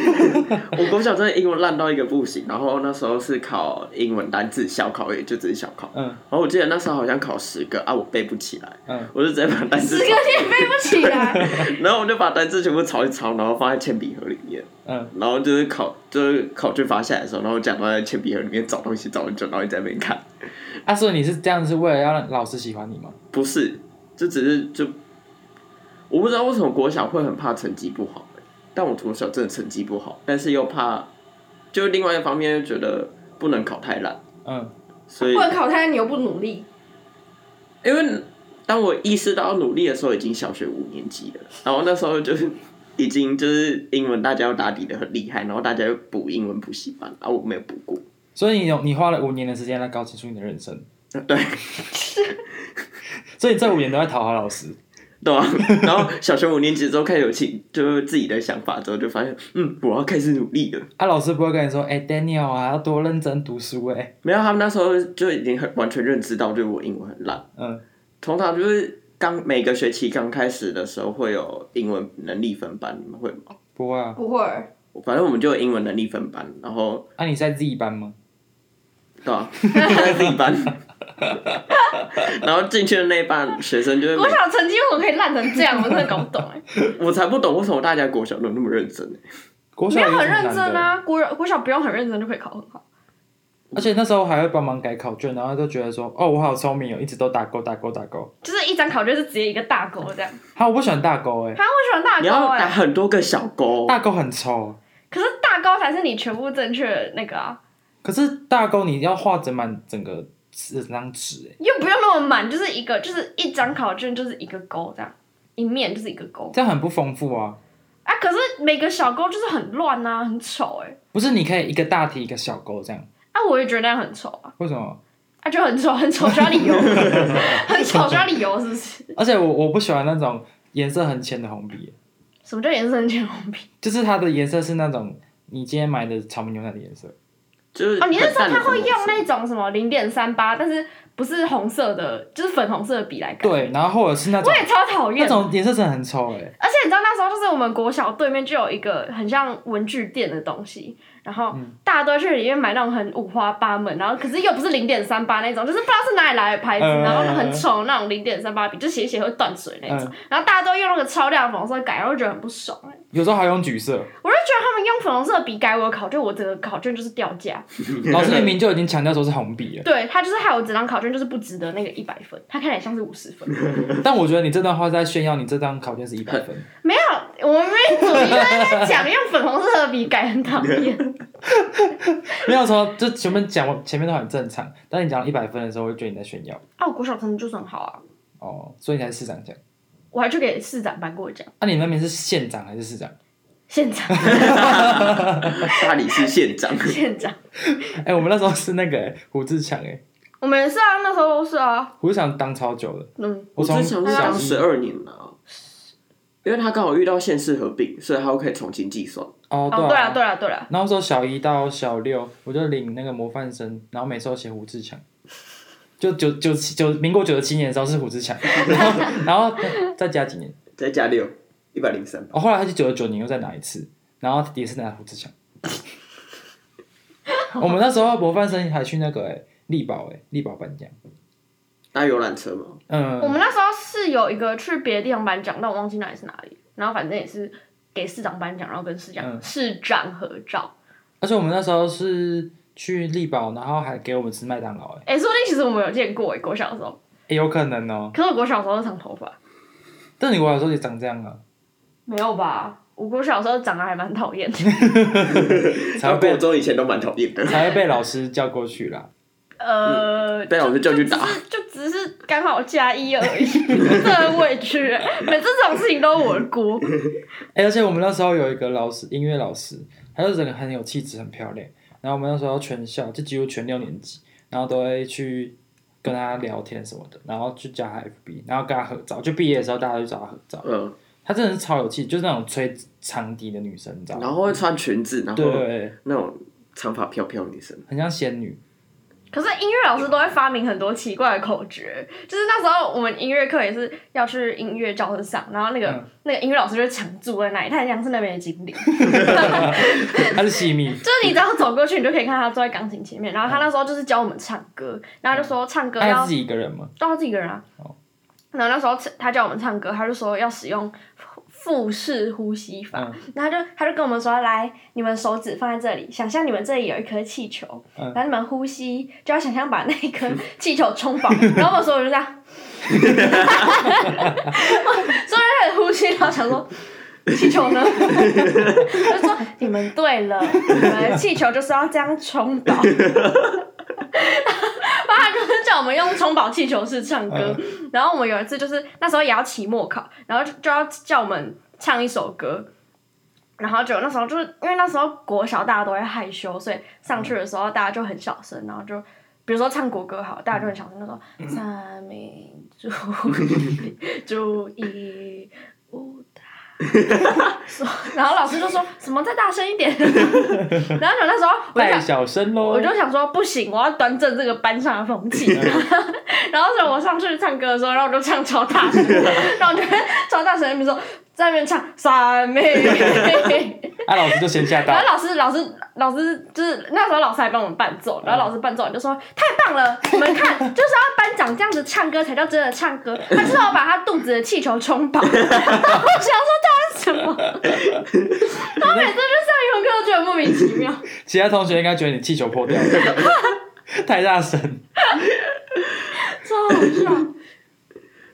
S3: 我国小真的英文烂到一个不行。然后那时候是考英文单字小考，也就只是小考。
S1: 嗯
S3: 然后我记得那时候好像考十个啊，我背不起来，
S1: 嗯，
S3: 我就直接把单
S2: 十
S3: 字
S2: 个，你也背不起来。
S3: 然后我就把单字全部抄一抄，然后放在铅笔盒里面。
S1: 嗯，
S3: 然后就是考就是考卷发下来的时候，然后假装在铅笔盒里面找东西找很久，然后你在那边看，
S1: 啊，所以你是这样是为了要让老师喜欢你吗？
S3: 不是，就只是就我不知道为什么国小会很怕成绩不好、欸但我国小真的成绩不好，但是又怕，就另外一方面又觉得不能考太烂，
S1: 嗯，
S3: 所以
S2: 不能考太，你又不努力，
S3: 因为当我意识到要努力的时候，已经小学五年级了。然后那时候就是已经就是英文大家又打底的很厉害，然后大家又补英文补习班，然后我没有补过。
S1: 所以你有你花了五年的时间来搞清楚你的人生，
S3: 对，
S1: 所以这五年都在讨好老师。
S3: 对啊，然后小学五年级之后开始有情，就是自己的想法之后，就发现，嗯，我要开始努力了。
S1: 啊，老师不会跟你说，哎、d a n i e l 啊，要多认真读书、欸，哎，
S3: 没有，他们那时候就已经很完全认知到，就是我英文很烂。
S1: 嗯，
S3: 通常就是刚每个学期刚开始的时候会有英文能力分班，你们会吗？
S1: 不会啊。
S2: 不会。
S3: 反正我们就有英文能力分班，然后
S1: 啊，你在 Z 班吗？
S3: 对吧、啊在自己班， 然后进去的那一班学生就是每
S2: 国小成绩为什么可以烂成这样？我真的搞不懂哎、
S3: 我才不懂为什么大家国小都那么认真呢、
S1: 国
S2: 你
S1: 小
S2: 要
S1: 也
S2: 很
S1: 是
S2: 认
S1: 难
S2: 真
S1: 的，
S2: 啊，国国小不用很认真就可以考很好。
S1: 而且那时候还会帮忙改考卷，然后就觉得说，哦，我好聪明哦，一直都打勾打勾打勾。
S2: 就是一张考卷是直接一个大勾这样。
S1: 哈，我不喜欢大勾、欸，哎，
S2: 他为什么大
S3: 你要
S2: 勾哎、
S3: 打很多个小勾，
S1: 大勾很丑。啊
S2: 可是大勾才是你全部正确的那个啊，
S1: 可是大勾你要画整满整个整张纸，哎，
S2: 又不用那么满，就是一个就是一张考卷就是一个勾这样，一面就是一个勾
S1: 这样很不丰富啊。
S2: 啊。可是每个小勾就是很乱啊，很丑哎、
S1: 不是，你可以一个大题一个小勾这样，
S2: 啊，我也觉得那样很丑啊，
S1: 为什么？
S2: 啊就很丑，很丑需要理由， 很丑需要理由是不是？
S1: 而且我我不喜欢那种颜色很浅的红笔、欸
S2: 什么叫颜色很浅红笔？
S1: 就是它的颜色是那种你今天买的草莓牛奶的颜色。
S3: 就是
S2: 哦，你是
S3: 很
S2: 说
S3: 淡的
S2: 他会
S3: 红色
S2: 用那种什么零点三八，但是不是红色的，就是粉红色的笔来改？
S1: 对，然后或者是那种
S2: 我也超讨厌
S1: 那
S2: 的。
S1: 种颜色真的很丑哎、
S2: 而且你知道那时候就是我们国小对面就有一个很像文具店的东西，然后大家都会去里面买那种很五花八门，然后可是又不是零点三八那种，就是不知道是哪里来的牌子，
S1: 嗯
S2: 然后很丑那种零点三八笔，就写一写会断水那种，然后大家都用那个超亮的粉红色改，然后就觉得很不爽、欸
S1: 有时候还用橘 色。
S2: 我就觉得他们用粉红色的笔改我的考卷，我整个考卷就是掉价。
S1: 老师明明就已经强调说是红笔 了，
S2: 对他就是害我整张考卷就是不值得那个一百分，他看起来像是五十分。
S1: 但我觉得你这段话是在炫耀你这张考卷是一百分，
S2: 没有，我们主题就在那边讲用粉红色的笔改很讨厌。
S1: 没有说就前面讲前面都很正常，但你讲一百分的时候，我就觉得你在炫耀
S2: 啊，我国小成绩就是很好啊，
S1: 哦，所以你才是市长奖。啊
S2: 我还去给市长颁过奖，
S1: 那、你那边是县长还是市长？
S2: 县 长，
S3: 大理寺县长，
S2: 县长，
S1: 哎、我们那时候是那个、欸胡志强哎、
S2: 我们也是啊，那时候都是啊，
S1: 胡志强当超久的，
S2: 嗯，
S3: 我
S1: 从
S3: 之
S1: 小
S3: 前是当
S1: 一
S3: 十二年了，因为他刚好遇到县市合并，所以他又可以重新计算。
S1: 哦
S2: 哦，
S1: 对
S2: 对啊，对啊，对啊，
S1: 然后说小一到小六，我就领那个模范生，然后每次都写胡志强，就九九七九民国九十七年的时候是胡志强，然后然后再加几年，
S3: 再加六，一百零三。
S1: 哦，后来他就九十九年又再拿一次，然后也是拿胡志强。我们那时候模范生还去那个、欸、力宝哎、力宝颁奖，
S3: 搭游览车吗？
S2: 我
S1: 嗯，
S2: 们那时候是有一个去别的地方颁奖，但我忘记哪里是哪里，然后反正也是给市长颁奖，然后跟市长、
S1: 嗯
S2: 市长合照。
S1: 而且我们那时候是去力宝，然后还给我们吃麦当劳哎、
S2: 哎、说不定其实我们有见过、哎，国小的时候，
S1: 欸有可能哦、
S2: 可是我国小的时候是长头发，
S1: 但你国小时候也长这样啊，
S2: 没有吧？我国小的时候长得还蛮讨厌 的，
S1: 才
S3: 到
S1: 会被
S3: 国中以前都蛮讨厌的。
S1: 才会被老师叫过去啦。
S2: 呃，
S3: 被老师叫去打
S2: 就只是就只是刚好加一而已， 这很委屈、每次这种事情都是我的锅。
S1: 哎、而且我们那时候有一个老师，音乐老师，她就整个很有气质，很漂亮。然后我们那时候全校就几乎全六年级，然后都会去跟她聊天什么的，然后去加她 FB，然后跟她合照。就毕业的时候，大家去找她合照。
S3: 嗯，
S1: 她真的是超有气质，就是那种吹长笛的女生，你知道吗？
S3: 然后会穿裙子，然
S1: 对
S3: 后
S1: 对对，
S3: 那种长发飘飘的女生。
S1: 很像仙女。
S2: 可是音乐老师都会发明很多奇怪的口诀，就是那时候我们音乐课也是要去音乐教室上，然后那个、
S1: 嗯
S2: 那个音乐老师就常住在那里，他很像是那边的经理，就
S1: 她是西米，
S2: 是你只要走过去，你就可以看他坐在钢琴前面，然后他那时候就是教我们唱歌，然后就说唱歌要
S1: 她是自己一个人嘛。
S2: 都他自己一个人啊。然后那时候他叫我们唱歌，他就说要使用腹腹式呼吸法，
S1: 嗯
S2: 然后他就他就跟我们说，来，你们手指放在这里，想象你们这里有一颗气球，
S1: 嗯
S2: 然后你们呼吸就要想象把那一 颗气球充饱，然后我们所有人就这样，我所有人深呼吸，然后想说气 球呢，就说你们对了，你们气球就是要这样冲倒。他就是叫我们用冲宝气球式唱歌，然后我们有一次就是那时候也要期末考，然后就就要叫我们唱一首歌，然后就那时候就是因为那时候国小大家都会害羞，所以上去的时候大家就很小声，然后就比如说唱国歌好，大家就很小声，就说三民主义主义五大，说然后老师就说什么再大声一点，然后就那时候我就想
S1: 太小声喽。
S2: 我就想说不行，我要端正这个班上的风气。然后所以我上去唱歌的时候，然后我就唱超大声，然后我就超大声，你说在那边唱三妹。
S1: 啊，老师就先吓
S2: 然
S1: 到
S2: 后，老师老师老师就是那时候老师还帮我们伴奏，然后老师伴奏完就说太棒了，你们看就是要班长这样子唱歌才叫真的唱歌，他至少把他肚子的气球充饱。我 想说他是什么？他每次去上游课都觉得莫名其妙。
S1: 其他同学应该觉得你气球破掉 了，太大声。
S2: 超好笑。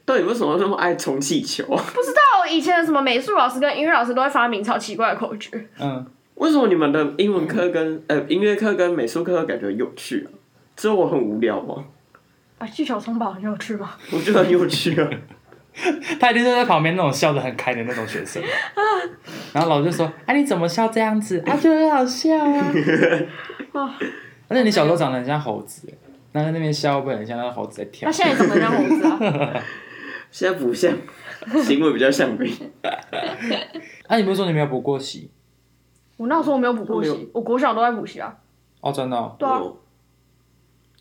S3: 到底为什么那么爱充气球啊？
S2: 不知道以前的什么美术老师跟音乐老师都会发明超奇怪的口诀，
S1: 嗯，
S3: 为什么你们的英文课跟呃音乐课跟美术课感觉很有趣啊？只有我很无聊吗？
S2: 把气球啊充饱很有趣吗？
S3: 我觉得很有趣啊。
S1: 他一定是在旁边那种笑得很开的那种学 生。然后老师就说：“啊，你怎么笑这样子？啊，就很好笑啊。
S2: 啊，”
S1: 而且你小时候长得很像猴子，然后在那边笑，会很像那个猴子在跳
S2: 那。现在怎么像猴子 啊？
S3: 现在不像，行为比较像兵。
S1: 啊，你不是说你没有补过习？
S2: 我那时候我没有补过
S3: 我没
S2: 习，我国小都在补习啊。
S1: 哦，真的哦、
S2: 对啊，
S3: 我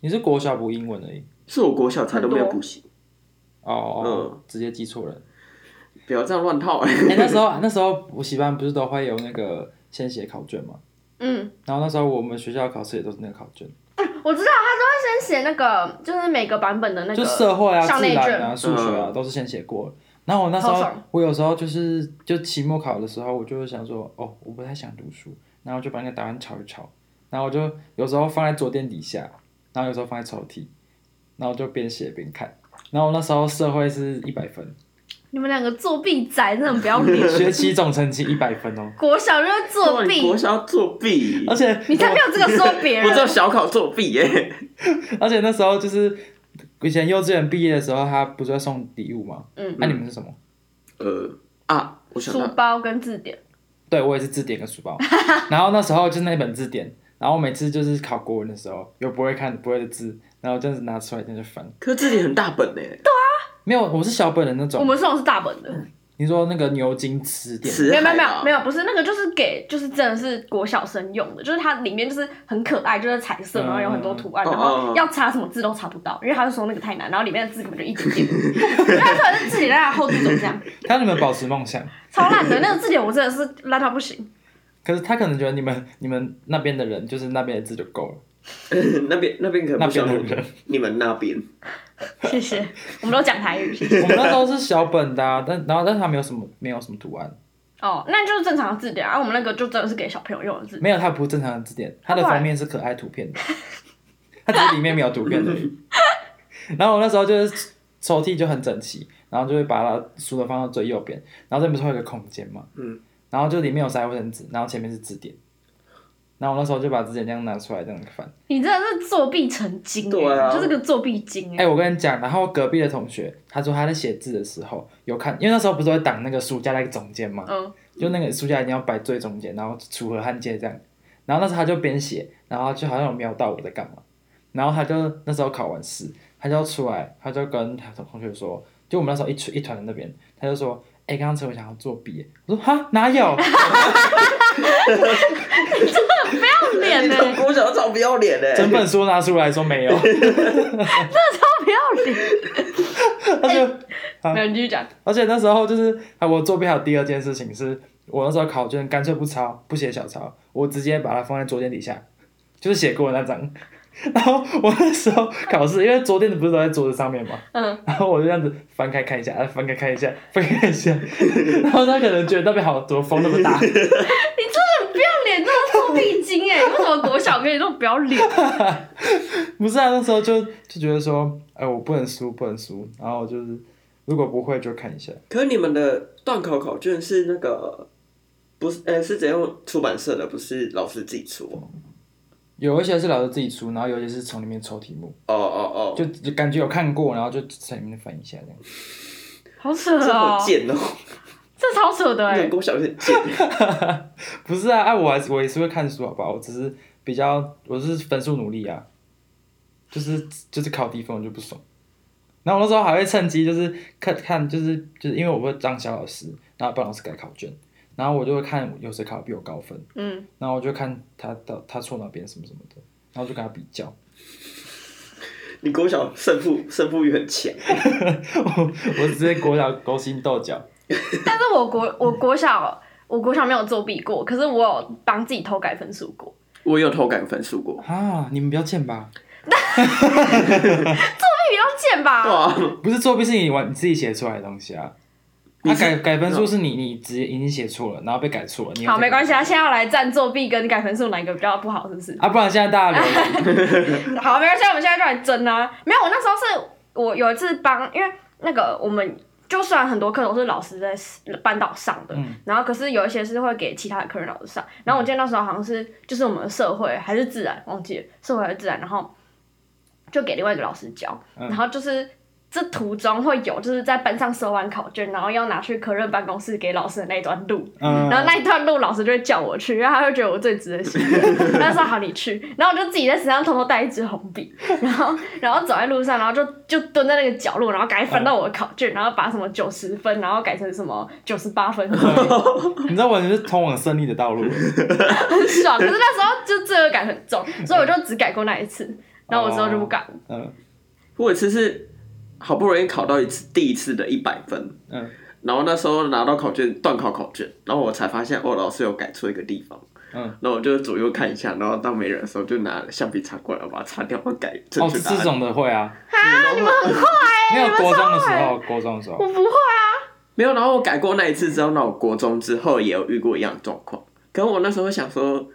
S1: 你是国小补英文而已。
S3: 是我国小才都没有补习，
S1: 哦哦，
S3: 嗯
S1: 直接记错人。
S3: 不要这样乱套、
S1: 哎、那时候那时候补习班不是都会有那个先写考卷吗？
S2: 嗯，
S1: 然后那时候我们学校考试也都是那个考卷，
S2: 我知道他都会先写那个，就是每个版本的那
S1: 就
S2: 个
S3: 哦
S1: 社会啊、
S2: 校
S1: 自
S2: 内
S1: 然
S2: 卷。
S1: 啊、数学啊、都是先写过的。然后我那时
S2: 超
S1: 候
S2: 爽
S1: 我有时候就是就期末考的时候，我就会想说，哦，我不太想读书，然后就把那个答案抄一抄，然后我就有时候放在桌垫底下，然后有时候放在抽屉，然后就边写边看。然后我那时候社会是一百分，
S2: 你们两个作弊仔，真的不要 脸！
S1: 学期总成绩一百分哦，
S2: 国小就是作
S3: 哇你
S2: 弊，
S3: 国小要作弊
S1: 而，且
S2: 你才没有这个说别
S3: 我只有
S2: 人。
S3: 小考作弊耶、
S1: 而且那时候就是以前幼稚园毕业的时候，他不是会送礼物吗？啊
S2: 嗯
S1: 那、你们是什么？
S3: 呃啊，我想
S2: 书
S3: 到
S2: 包跟字典，
S1: 对我也是字典跟书包， 然后那时候就是那本字典，然后每次就是考国文的时候，有不会看不会的字，然后这样子拿出来这样就翻。
S3: 可是字典很大本呢、
S1: 没有，我是小本的那
S2: 我
S1: 种。
S2: 们这种是大本的，
S1: 你说那个牛津词典，
S3: 词
S2: 没有没有
S3: 海啊
S2: 没
S3: 吧
S2: 有没有，不是那个，就是给就是真的是国小生用的，就是它里面就是很可爱，就是彩色，
S1: 嗯
S2: 然后有很多图案，
S3: 哦
S2: 然
S3: 哦
S2: 后
S3: 哦
S2: 要查什么字都查不到，因为他就说那个太难，然后里面的字根本就一点 点，因为他可能是字典在厚度怎么这样，
S1: 他让你们保持梦想，
S2: 超烂的那个字典，我真的是烂到不行。
S1: 可是他可能觉得你们你们那边的人就是那边的字就够了。
S3: 那边那边可能不像
S1: 那边
S3: 你们你们那边，
S2: 谢谢，我们都讲台语。谢谢
S1: 我们那时候是小本的、啊，但然后但是它没有什么没有什么图案，
S2: 哦，那就是正常的字典啊，我们那个就真的是给小朋友用的字典。
S1: 没有它不是正常的字典，它的封面是可爱图片的， 它只是里面没有图片而已。然后我那时候就是抽屉就很整齐，然后就会把它书的放到最右边，然后这边不是会有个空间嘛，
S3: 嗯，
S1: 然后就里面有塞卫生纸，然后前面是字典，然后我那时候就把字典这样拿出来这样翻。
S2: 你真的是作弊成精、欸，
S3: 对啊
S2: 就是个作弊精
S1: 哎、
S2: 哎、
S1: 我跟你讲，然后隔壁的同学他说他在写字的时候有看，因为那时候不是会挡那个书架在中间嘛，
S2: 嗯，
S1: 就那个书架一定要摆最中间，然后楚河汉界这样。然后那时候他就边写，然后就好像有瞄到我在干嘛，然后他就那时候考完试，他就出来，他就跟他的同学说，就我们那时候一群一团的那边，他就说，哎、刚刚陈伟翔要作弊耶，我说哈哪有，
S2: 不要脸欸
S3: 你
S2: 呢、
S3: 们国小超不要脸哎、
S1: 整本书拿出来说啊没有，
S2: 超不要脸。 哎
S1: 他就啊
S2: 没有，你继续讲。
S1: 而且那时候就是啊我作弊还有第二件事情是，我那时候考卷干脆不抄，不写小抄，我直接把它放在桌垫底下， 就是写过的那张。 然后我那时候考试，因为桌垫不是都在桌子上面嘛，
S2: 嗯，
S1: 然后我就这样子翻开看一下，啊翻开看一下，翻开看一下， 然后他可能觉得那边好，怎么风那么大？
S2: 你真的很不要脸，这么作弊 精哎！为什么国小可以这么不要脸？
S1: 不是啊，那时候就就觉得说，哎、我不能输，不能输，然后我就是。如果不会就看一下。
S3: 可是你们的段考考卷是那个，不是，呃、是怎样出版社的，不是老师自己出哦。
S1: 有一些是老师自己出，然后有一些是从里面抽题目，
S3: 哦哦哦，
S1: 就就感觉有看过，然后就在里面翻一下这样。
S2: 好扯
S3: 这
S2: 哦
S3: 好，贱哦，
S2: 这超扯的
S3: 那
S2: 哎
S3: 个！国小有点贱。
S1: 不是啊，啊，我还是我也是会看书，好不好？我只是比较，我是分数努力啊，就是就是考低分我就不爽。然后我那时候还会趁机就是看看就是就是因为我会当小老师，然后帮老师改考卷，然后我就会看有谁考得比我高分，
S2: 嗯，
S1: 然后我就看他到他错哪边什么什么的，然后就跟他比较。
S3: 你国小胜负胜负欲很强，
S1: 我我直接国小勾心斗角，
S2: 但是我国我国小我国小没有作弊过，可是我有帮自己偷改分数过。
S3: 我有偷改分数过。
S1: 啊！你们不要贱吧？
S2: 那比较贱吧？
S3: 对啊，
S1: 不是作弊是你玩你自己写出来的东西啊。
S3: 你
S1: 他、
S3: 是嗯
S1: 改改分数是你你直接已经写错了，然后被改错了。你又
S2: 好，
S1: 再
S2: 没
S1: 改
S2: 关系啊。现在要来占作弊跟改分数哪一个比较不好，是不是？
S1: 啊，不然现在大家留 言
S2: 好，没关系，我们现在就来争啊！没有，我那时候是我有一次帮，因为那个我们就算很多课都是老师在班导上的，
S1: 嗯
S2: 然后可是有一些是会给其他的科任老师上。然后我记得那时候好像是就是我们的社会还是自然，忘记了社会还是自然，然后就给另外一个老师教，
S1: 嗯
S2: 然后就是。这途中会有，就是在班上收完考卷，然后要拿去科任办公室给老师的那一段路，
S1: 嗯，
S2: 然后那一段路老师就会叫我去，然后他会觉得我最值得信任。他说好你去，然后我就自己在身上偷偷带一支红笔，然后然后走在路上，然后就就蹲在那个角落，然后赶紧翻到我的考卷，然后把什么九十分，然后改成什么九十八分，很
S1: 你知道我就是通往胜利的道路。
S2: 爽。可是那时候就罪恶感很重，所以我就只改过那一次，然后我之后就不改。了。
S1: 嗯
S3: 我有一次是好不容易考到一次第一次的一百分，
S1: 嗯
S3: 然后那时候拿到考卷断考考卷，然后我才发现哦，老师有改错一个地方。
S1: 嗯，
S3: 然后我就左右看一下，然后当没人的时候就拿橡皮擦过来把它擦掉，然后改正
S1: 哦，
S3: 确
S1: 这
S3: 答案。
S1: 这种的会啊，
S3: 啊，你们很
S2: 哎
S1: 没有国中的时候，国中的时候
S2: 我不会啊，
S3: 没有，然后我改过那一次之后，那我国中之后也有遇过一样的状况。可我那时候想说，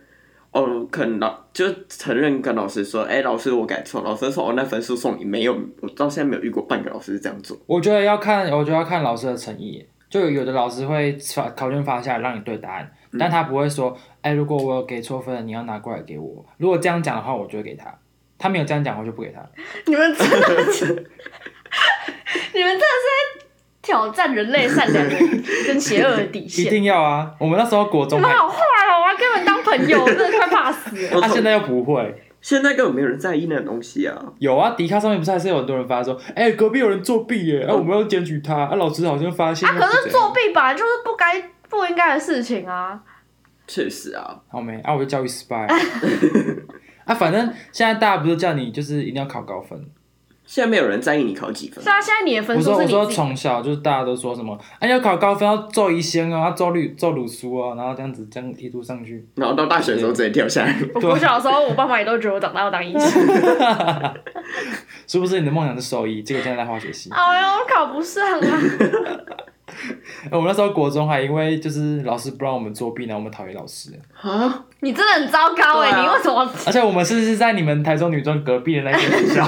S3: 哦，可能老就承认跟老师说，哎、老师我改错，老师说哦，那分数送你没有，我到现在没有遇过半个老师是这样做。
S1: 我觉得要看，我觉得要看老师的诚意。就有的老师会发考卷发下来让你对答案，
S3: 嗯
S1: 但他不会说，哎、如果我有给错分，你要拿过来给我。如果这样讲的话，我就会给他。他没有这样讲，我就不给他。
S2: 你们真的，你们真的是在挑战人类善良跟邪恶的底
S1: 一
S2: 线。
S1: 定要啊！我们那时候国中
S2: 你
S1: 还
S2: 们，好坏哦！我要跟你们当朋友，我真的快怕死了。
S3: 我
S1: 他、
S3: 从
S1: 现在又不会。
S3: 现在根本没有人在意那种东西啊。
S1: 有啊，迪卡上面不是还是有很多人发说，哎、隔壁有人作弊耶，啊，我们要检举他。啊，老师好像发现。
S2: 啊，可是作。弊本来就是不该、不应该的事情啊。
S3: 确实啊，
S1: 好没啊，我就教育失败。啊，反正现在大家不是叫你就是一定要考高分。
S3: 现在没有人在意你考几分
S2: 虽。然现在你的分
S1: 我
S2: 数
S1: 说
S2: 是
S1: 我
S2: 你
S1: 说
S2: 自己的，
S1: 从小就是大家都说什么，啊，要考高分要做一仙哦，要做律做鲁书哦，然后这样子这样一路上去。
S3: 然后到大学的时候直接跳下来。
S2: 我国小的时候，我爸妈也都觉得我长大要当 医生。
S1: 是不是你的梦想是兽医？结果现在在化学系。
S2: 哎呦，我考不上啊！
S1: 哎我们那时候国中还因为就是老师不让我们作弊，然后我们讨厌老师。
S3: 啊，
S2: 你真的很糟糕哎、
S3: 对啊
S2: 你为什么？
S1: 而且我们是是在你们台中女中隔壁的那间学校，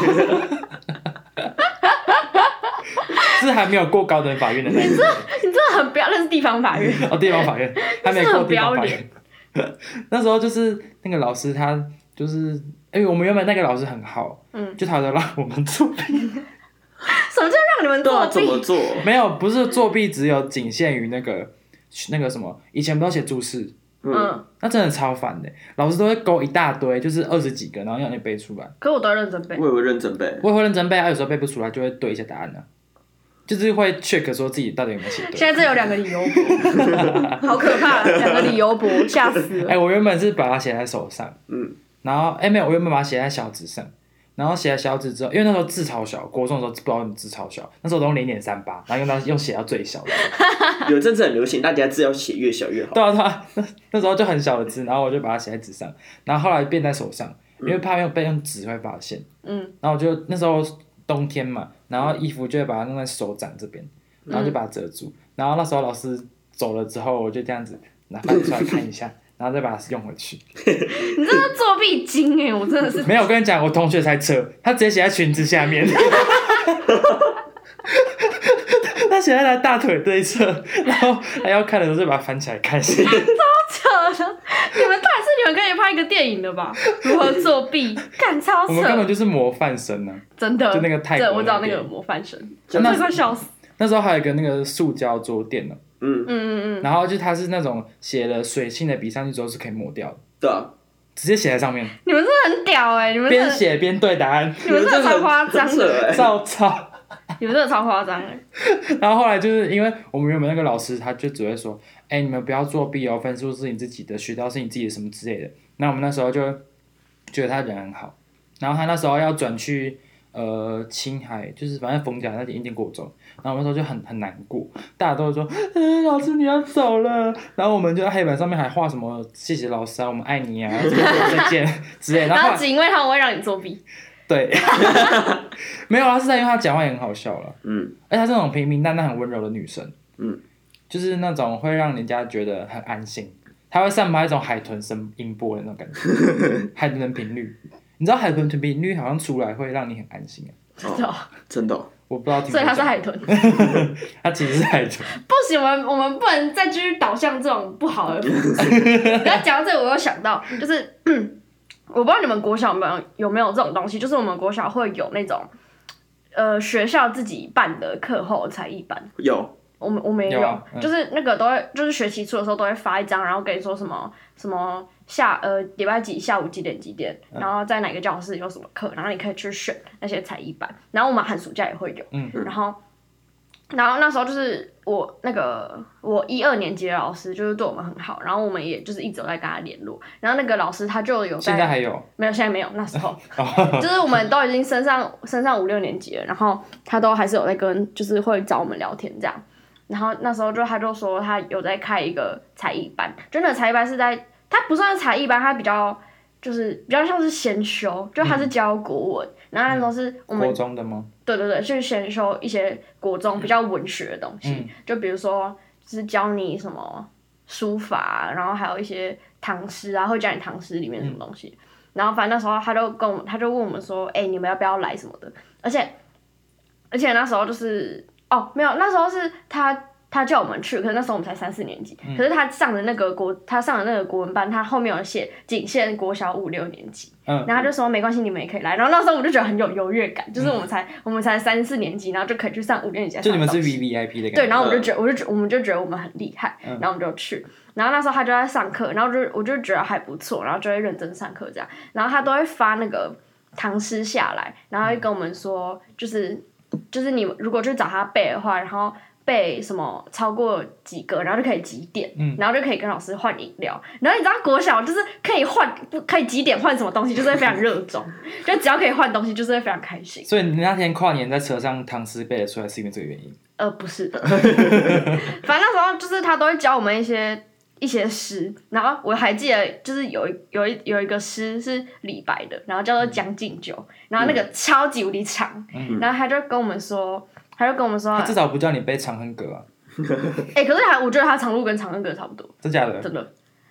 S1: 是还没有过高等法院的那一间
S2: 你真的很不要，那是地方法院。
S1: 哦，地方法院还没过地方法
S2: 这
S1: 院。 那时候就是那个老师，他就是，哎、我们原本那个老师很好，
S2: 嗯，
S1: 就他都让我们作 弊，
S2: 什么叫让你们
S3: 对
S2: 作
S3: 啊，怎么
S2: 弊？
S3: 做？
S1: 没有，不是作弊，只有仅限于那个那个什么，以前不要写注释，
S3: 嗯，
S2: 嗯，
S1: 那真的超烦的，老师都会勾一大堆，就是二十几个，然后要你背出来。
S2: 可我都要认真背。
S3: 我以为认 真背。
S1: 我也会认真背，啊，有时候背不出来就会对一下答案呢、啊就是会 check 说自己到底有没有写对。
S2: 现在这有两个理由博， 好可怕，两个理由博，吓死
S1: 哎、
S2: 了。
S1: 我原本是把它写在手上，
S3: 嗯，
S1: 然后哎、没有，我原本把它写在小纸上，然后写在小纸之后，因为那时候字超小，国中的时候不知道怎么字超小，那时候都用零点三八，然后用到用写到最小的，
S3: 有一阵子很流行，大家字要写越小越好。
S1: 对啊对啊， 那那时候就很小的字，然后我就把它写在纸上，然后后来变在手上，因为怕用被用纸会发现，
S2: 嗯，
S1: 然后我就那时候冬天嘛，然后衣服就会把它弄在手掌这边，然后就把它遮住。然后那时候老师走了之后，我就这样子拿翻出来看一下，然后再把它用回去。
S2: 你真的作弊精哎、我真的是
S1: 没有，我跟你讲，我同学才扯，他直接写在裙子下面。写在他大腿这一侧，然后他要看的时候就把它翻起来看一下。
S2: 扯了！你们太是你们可以拍一个电影了吧？如何作 弊？干超
S1: 我们根本
S2: 扯！
S1: 就是模范生啊呢、
S2: 真的，
S1: 就那个泰国
S2: 对我知道
S1: 那
S2: 那
S1: 个
S2: 个模范生，
S3: 就
S2: 真
S3: 那
S2: 的快笑死。
S1: 那时候还有一个那个塑胶桌垫呢、
S3: 嗯，
S2: 嗯嗯嗯，
S1: 然后就它是那种写了水性的笔上去之后是可以抹掉的，
S3: 对啊，
S1: 直接写在上面，
S2: 你们真的很屌哎！你们真
S1: 边
S2: 的，
S1: 写边对答 案，
S2: 你们真的超夸张
S3: 很扯
S2: 的，
S3: 欸
S1: 照抄。
S2: 你们真的超夸张哎！
S1: 然后后来就是因为我们原本那个老师他就只会说，哎、你们不要作弊哦，分数是你自己的，学到是你自己的什么之类的。那我们那时候就觉得他人很好，然后他那时候要转去呃青海，就是反正冯甲那里一定国中，然后我们那时候就很很难过，大家都说，嗯、老师你要走了，然后我们就在黑板上面还画什么谢谢老师啊，我们爱 你啊，再见之类的，然
S2: 然
S1: 后后
S2: 后
S1: 来
S2: 只因为他们会让你作弊，
S1: 对， 没有啊，是在因为她讲话也很好笑了。
S3: 嗯，
S1: 而且她是那种平平淡淡、很温柔的女生。
S3: 嗯，
S1: 就是那种会让人家觉得很安心，她会散发一种海豚声音波的那种感觉， 海豚的频率。你知道海豚的频率好像出来会让你很安心啊，
S2: 真的哦。
S3: 真的哦，
S1: 我不知道听。
S2: 所以他是海，豚。
S1: 它其实是海 豚。
S2: 不行，我们我们不能再继续导向这种不好 的方式。然后讲到这个，我又想到，就是、嗯我不知道你们国小有没有有没有这种东西，就是我们国小会有那种，呃，学校自己办的课后才艺班。
S3: 有，
S2: 我们我们也有，
S1: 有啊嗯
S2: 就是那个都会，就是学期初的时候都会发一张，然后跟你说什么什么下呃礼拜几下午几点几点，
S1: 嗯
S2: 然后在哪个教室有什么课，然后你可以去选那些才艺班，然后我们寒暑假也会有，
S1: 嗯
S2: 然后然后那时候就是我那个我一二年级的老师就是对我们很好，然后我们也就是一直有在跟他联络，然后那个老师他就有
S1: 现在还有，
S2: 没有，现在没有。那时候就是我们都已经升上升上五六年级了，然后他都还是有在跟，就是会找我们聊天这样。然后那时候就他就说他有在开一个才艺班，就那个才艺班是在他不算是才艺班，他比较就是比较像是先修，就他是教国文，然后那时候是我
S1: 嗯
S2: 们
S1: 国中的吗？
S2: 对对对，去选修一些国中比较文学的东西，
S1: 嗯
S2: 就比如说就是教你什么书法，啊然后还有一些唐诗啊，会教你唐诗里面什么东西。然后反正那时候他就跟我们，他就问我们说：“哎、你们要不要来什么的？”而且而且那时候就是哦，没有，那时候是他。他叫我们去，可是那时候我们才三四年级。可是他上的那个国，他上的那个国文班，他后面有写仅限国小五六年级。
S1: 嗯，嗯
S2: 然后他就说没关系，你们也可以来。然后那时候我就觉得很有优越感，就是我们才、我们才三四年级，然后就可以去上五六年级。
S1: 就你们是 V V I P 的感觉。嗯
S2: 对，然后我就觉得，我就觉，我们就觉得我们很厉害，然后我们就去。然后那时候他就在上课，然后就我就觉得还不错，然后就会认真上课这样。然后他都会发那个唐诗下来，
S1: 嗯
S2: 然后会跟我们说，就是就是你如果去找他背的话，然后背什么超过几个，然后就可以几点，
S1: 嗯
S2: 然后就可以跟老师换饮料。然后你知道国小就是可以换不可以几点换什么东西，就是会非常热衷， 就只要可以换东西，就是会非常开心。
S1: 所以你那天跨年在车上唐诗背得出来，是因为这个原因。
S2: 呃，不是，反正那时候就是他都会教我们一些一些诗，然后我还记得就是有一有一有一个诗是李白的，然后叫做《将进酒》，然后那个超级无敌长，然后他就跟我们说，他就跟我们说，啊
S1: 至少不叫你背《长恨歌》啊，
S2: 哎、可是还我觉得他长路跟长恨歌差不多，
S1: 真假的？
S2: 真的。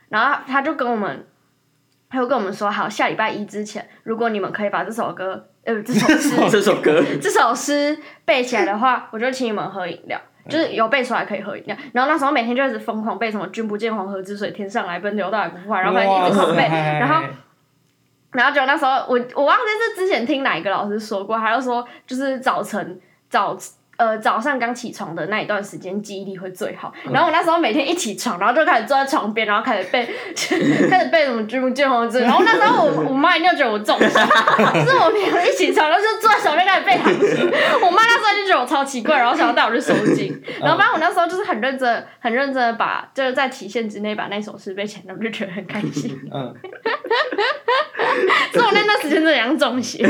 S2: 然后他就跟我们，他就跟我们说，好，下礼拜一之前，如果你们可以把这首歌，呃，这首 诗
S3: 这首歌，
S2: 这首诗背起来的话，我就请你们喝饮料，就是有背出来可以喝饮料。然后那时候每天就一直疯狂背什么“君不见黄河之水天上来，奔流到海不复还”，然后反正一直狂背，
S1: 哇
S2: 然后然后就那时候我我忘记是之前听哪一个老师说过，他就说就是早晨早呃早上刚起床的那一段时间记忆力会最好。然后我那时候每天一起床，然后就开始坐在床边，然后开始背 开始背什么《君不见黄河之水》。然后那时候我我妈一定就觉得我中暑，就是我平常一起床，然后就坐在床边开始背唐诗。我妈那时候就觉得我超奇怪，然后想要带我去收惊。然后反正我那时候就是很认真很认真的把就是在期限之内把那首诗背起来，我就觉得很开心。
S1: 嗯，
S2: 所以我那段时间真的像中邪。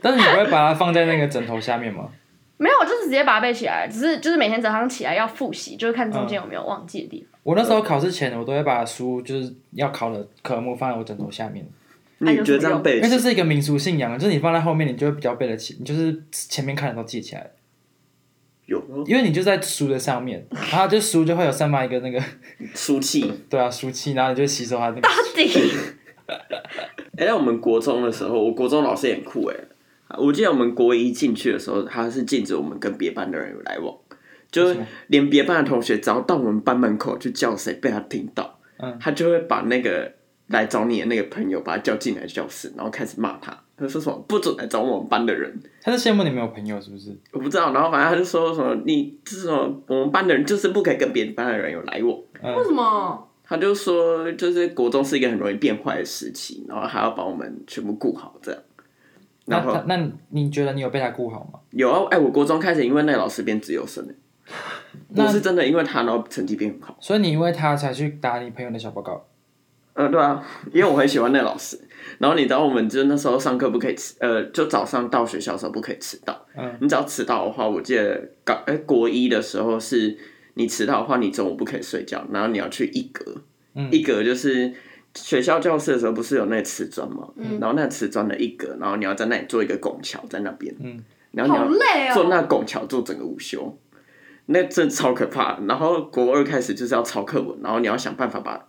S1: 但是你不会把它放在那个枕头下面吗？
S2: 没有，我就是直接把它背起来，只是就是每天早上起来要复习，就是看中间有没有忘记的地 方。
S1: 我那时候考试前，我都会把书就是要考的科目放在我枕头下面，
S3: 你觉得这样背
S1: 因为这是一个民俗信仰，就是你放在后面，你就会比较背得起，你就是前面看的都记起来，
S3: 有吗
S1: 因为你就在书的上面，然后就书就会有散发一个那个，
S3: 书气？
S1: 对啊，书气，然后你就吸收它那 个
S2: 到。底
S3: 哎、在我们国中的时候，我国中老师也很啊酷哎、我记得我们国一进去的时候，他是禁止我们跟别班的人有来往，就是连别班的同学只要到我们班门口去叫谁，被他听到，
S1: 嗯
S3: 他就会把那个来找你的那个朋友把他叫进来教室，然后开始骂他，他就说什么不准来找我们班的人，
S1: 他是羡慕你没有朋友是不是？
S3: 我不知道，然后反正他就说什么你这种我们班的人就是不可以跟别的班的人有来往。
S4: 为什么？
S3: 他就说，就是国中是一个很容易变坏的时期，然后还要把我们全部顾好这样。
S1: 那
S3: 然后
S1: 他那你你觉得你有被他顾好吗？
S3: 有啊，哎、我国中开始因为那个老师变自由生了，
S1: 那
S3: 我是真的因为他，然后成绩变很好。
S1: 所以你因为他才去打你朋友的小报告，
S3: 嗯，对啊，因为我很喜欢那个老师。然后你知道，我们就那时候上课不可以迟，呃，就早上到学校的时候不可以迟到。
S1: 嗯，
S3: 你只要迟到的话，我记得高哎、国一的时候是，你迟到的话，你中午不可以睡觉，然后你要去一格，
S1: 嗯
S3: 一格就是学校教室的时候不是有那个瓷砖吗？嗯，然后那个瓷砖的一格，然后你要在那里做一个拱桥在那边，
S1: 嗯，
S3: 然后你
S4: 好
S3: 要
S4: 累
S3: 做
S4: 哦！
S3: 那拱桥做整个午休，那真的超可怕的。然后国二开始就是要抄课文，然后你要想办法把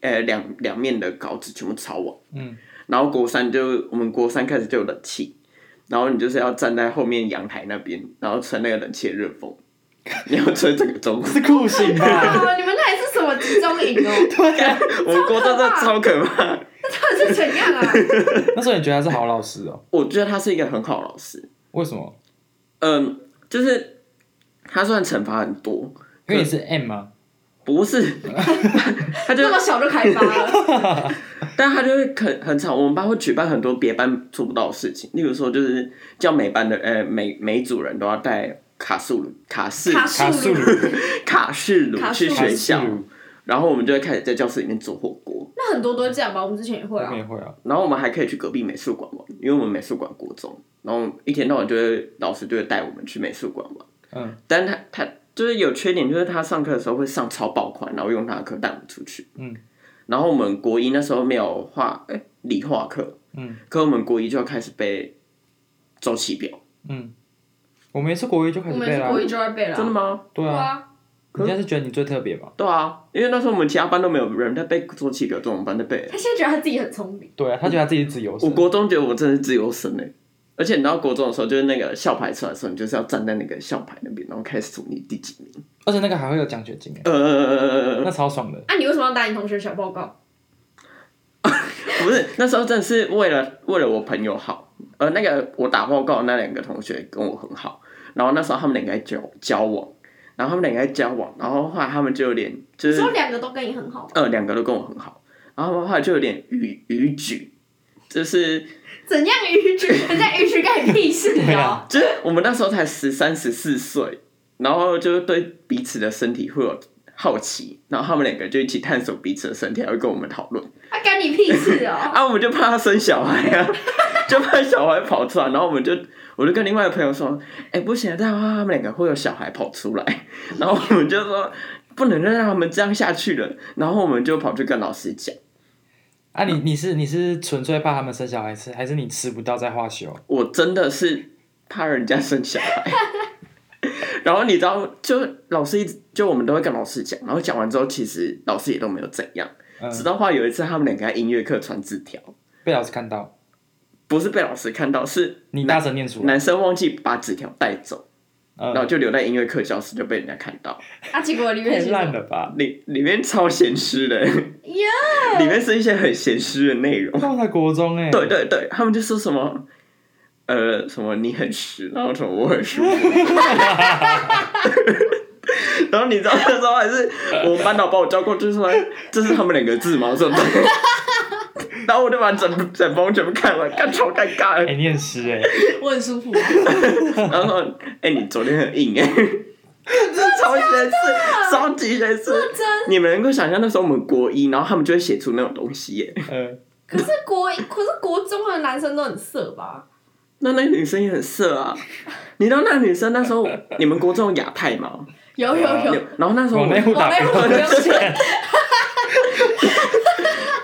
S3: 呃两两面的稿纸全部抄完。
S1: 嗯，
S3: 然后国三就我们国三开始就有冷气，然后你就是要站在后面阳台那边，然后吹那个冷气的热 风，你要吹整个中午。
S1: 是酷刑吧？
S4: 哇啊你们那里是什么集中营哦？
S3: 对啊， 我们国中真的超可怕。
S4: 到底是怎样 啊？
S1: 那时候你觉得他是好老师哦？
S3: 我觉得他是一个很好的老师，
S1: 为什么？
S3: 嗯，就是他虽然惩罚很多，
S1: 因为你是 M 啊 吗？
S3: 不是， 他就
S4: 这么小就开发了？
S3: 但他就会很很吵。我们班会举办很多别班做不到的事情，例如说就是叫每班的呃每每组人都要带卡式炉卡式
S4: 卡
S1: 卡素鲁，
S3: 卡式炉
S4: 卡式
S3: 去
S4: 炉
S3: 学
S1: 卡
S3: 校
S1: 式炉，
S3: 然后我们就会开始在教室里面做火锅，
S4: 那很多都这样吧？我们之前也会
S1: 我
S4: 啊
S1: 们。也会啊。
S3: 然后我们还可以去隔壁美术馆玩，因为我们美术馆国中，然后一天到晚就会老师就会带我们去美术馆玩。
S1: 嗯，
S3: 但他他就是有缺点，就是他上课的时候会上超爆款，然后用他的课带我们出去。
S1: 嗯，
S3: 然后我们国一那时候没有画，哎、理化课。
S1: 嗯，
S3: 可我们国一就要开始背周期表。
S1: 嗯我们也是国一就开
S4: 我
S1: 始
S4: 们
S1: 背
S4: 也是
S1: 啦
S4: 国。一就会背了
S3: 真的
S4: 啊。
S3: 吗？
S1: 对
S4: 对
S1: 啊，
S4: 啊，
S1: 你应该是觉得你最特别吧？
S3: 对啊，因为那时候我们其他班都没有人在背周期表，这种班在背。
S4: 他现在觉得他自己很聪明。
S1: 对啊，他觉得他自己是自由
S3: 我
S1: 生。
S3: 国中觉得我真的是自由生哎、而且你到国中的时候，就是那个校牌出来的时候，你就是要站在那个校牌那边，然后开始数你第几名。
S1: 而且那个还会有奖学金哎，
S3: 呃
S1: 那，超爽的。
S4: 那啊你为什么要打你同学小报告？
S3: 不是，那时候真的是为了为了我朋友好，呃，那个我打报告的那两个同学跟我很好，然后那时候他们两个在交交往，然后他们两个在交往，然后后来他们就有点就
S4: 你
S3: 是
S4: 说两个都跟你很好吗？
S3: 呃两个都跟我很好，然后他们后来就有点逾逾矩，就是
S4: 怎样逾矩？人家逾矩干你屁事
S1: 对
S4: 哦
S1: 啊！
S3: 就是我们那时候才十三十四岁，然后就对彼此的身体会有好奇，然后他们两个就一起探索彼此的身体，还会跟我们讨论。
S4: 他干你屁事哦！
S3: 啊，我们就怕他生小孩啊， 就怕小孩跑出来，然后我们就，我就跟另外一个朋友说，哎、不行，这样的话他们两个会有小孩跑出来，然后我们就说不能再让他们这样下去了，然后我们就跑去跟老师讲，
S1: 啊，你你是你是纯粹怕他们生小孩吃，还是你吃不到再化休？
S3: 我真的是怕人家生小孩， 然后你知道，就老师一直就我们都会跟老师讲，然后讲完之后，其实老师也都没有怎样，
S1: 嗯，
S3: 直到话有一次他们两个在音乐课传纸条，
S1: 被老师看到，
S3: 不是被老师看到，是
S1: 你大声念出来。
S3: 男生忘记把纸条带
S1: 嗯
S3: 走。然后就留在音乐课教室，就被人家看到，
S4: 啊，结果里面
S1: 太
S4: 是什
S1: 哎烂
S4: 么？
S1: 了吧？
S3: 里里面超咸湿的，
S4: 呀，
S3: 里面是一些很咸湿的内容。
S1: 他们才国中哎、
S3: 对对对，他们就说什么，呃，什么你很湿，然后什么我很舒服。然后你知道那时候还是我们班导把我叫过去说，这是他们两个字吗？什么？ 然后我就把整整封全部看完，看超尴尬
S1: 哎、
S3: 的。
S1: 你很湿哎、
S4: 我很舒服。
S3: 然后说，哎、你昨天很硬哎、这超学士，超级学士，
S4: 真
S3: 你们能够想象那时候我们国一，然后他们就会写出那种东西耶。
S1: 嗯，
S4: 可是国可是国中的男生都很色吧？
S3: 那那个女生也很色啊，你知道那女生那时候你们国中有亚太吗？
S4: 有有有，
S3: 哦有然后那时候我
S1: 往内
S3: 们，
S1: 户
S4: 我
S1: 打
S4: 那
S1: 不
S4: 会儿
S1: 过
S4: 不用钱，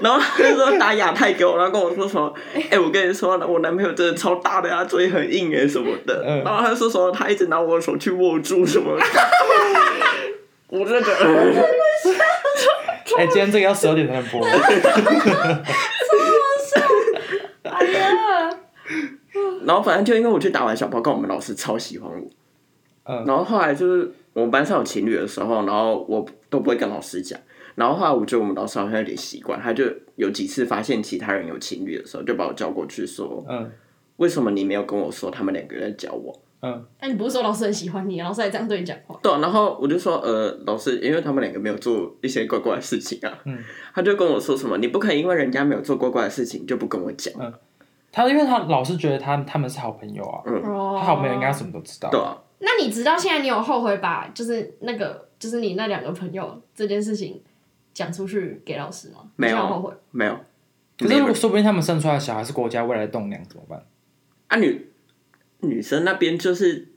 S3: 然后那时候打亚太给我，然后跟我说什么？哎、我跟你说，我男朋友真的超大的啊，嘴很硬哎、什么的。
S1: 嗯
S3: 然后他就说什么，他一直拿我的手去握住什么的。我真的觉得，
S1: 哎、今天这个要十二点才 能播，
S4: 哎呀，
S3: 然后反正就因为我去打完小报告，我们老师超喜欢我。
S1: 嗯，
S3: 然后后来就是我们班上有情侣的时候，然后我都不会跟老师讲。然后后来我觉得我们老师好像有点习惯，他就有几次发现其他人有情侣的时候，就把我叫过去说
S1: 嗯：“
S3: 为什么你没有跟我说他们两个人在交往？”
S1: 嗯，
S5: 那、你不是说老师很喜欢你，老师还这样对你讲话？
S3: 对啊、然后我就说，呃，老师，因为他们两个没有做一些怪怪的事情啊，
S1: 嗯
S3: 他就跟我说什么，你不可以因为人家没有做怪怪的事情就不跟我讲，
S1: 他因为他老是觉得他他们是好朋友啊，
S5: 哦
S1: 他好朋友应该什么都知道。
S3: 对啊，
S5: 那你直到现在，你有后悔把就是那个就是你那两个朋友这件事情讲出去给老师吗？
S3: 没有
S5: 你现在后悔。
S3: 没有，
S1: 可是如
S3: never
S1: 果说不定他们生出来的小孩是国家未来的栋梁怎么办？
S3: 啊女女生那边就是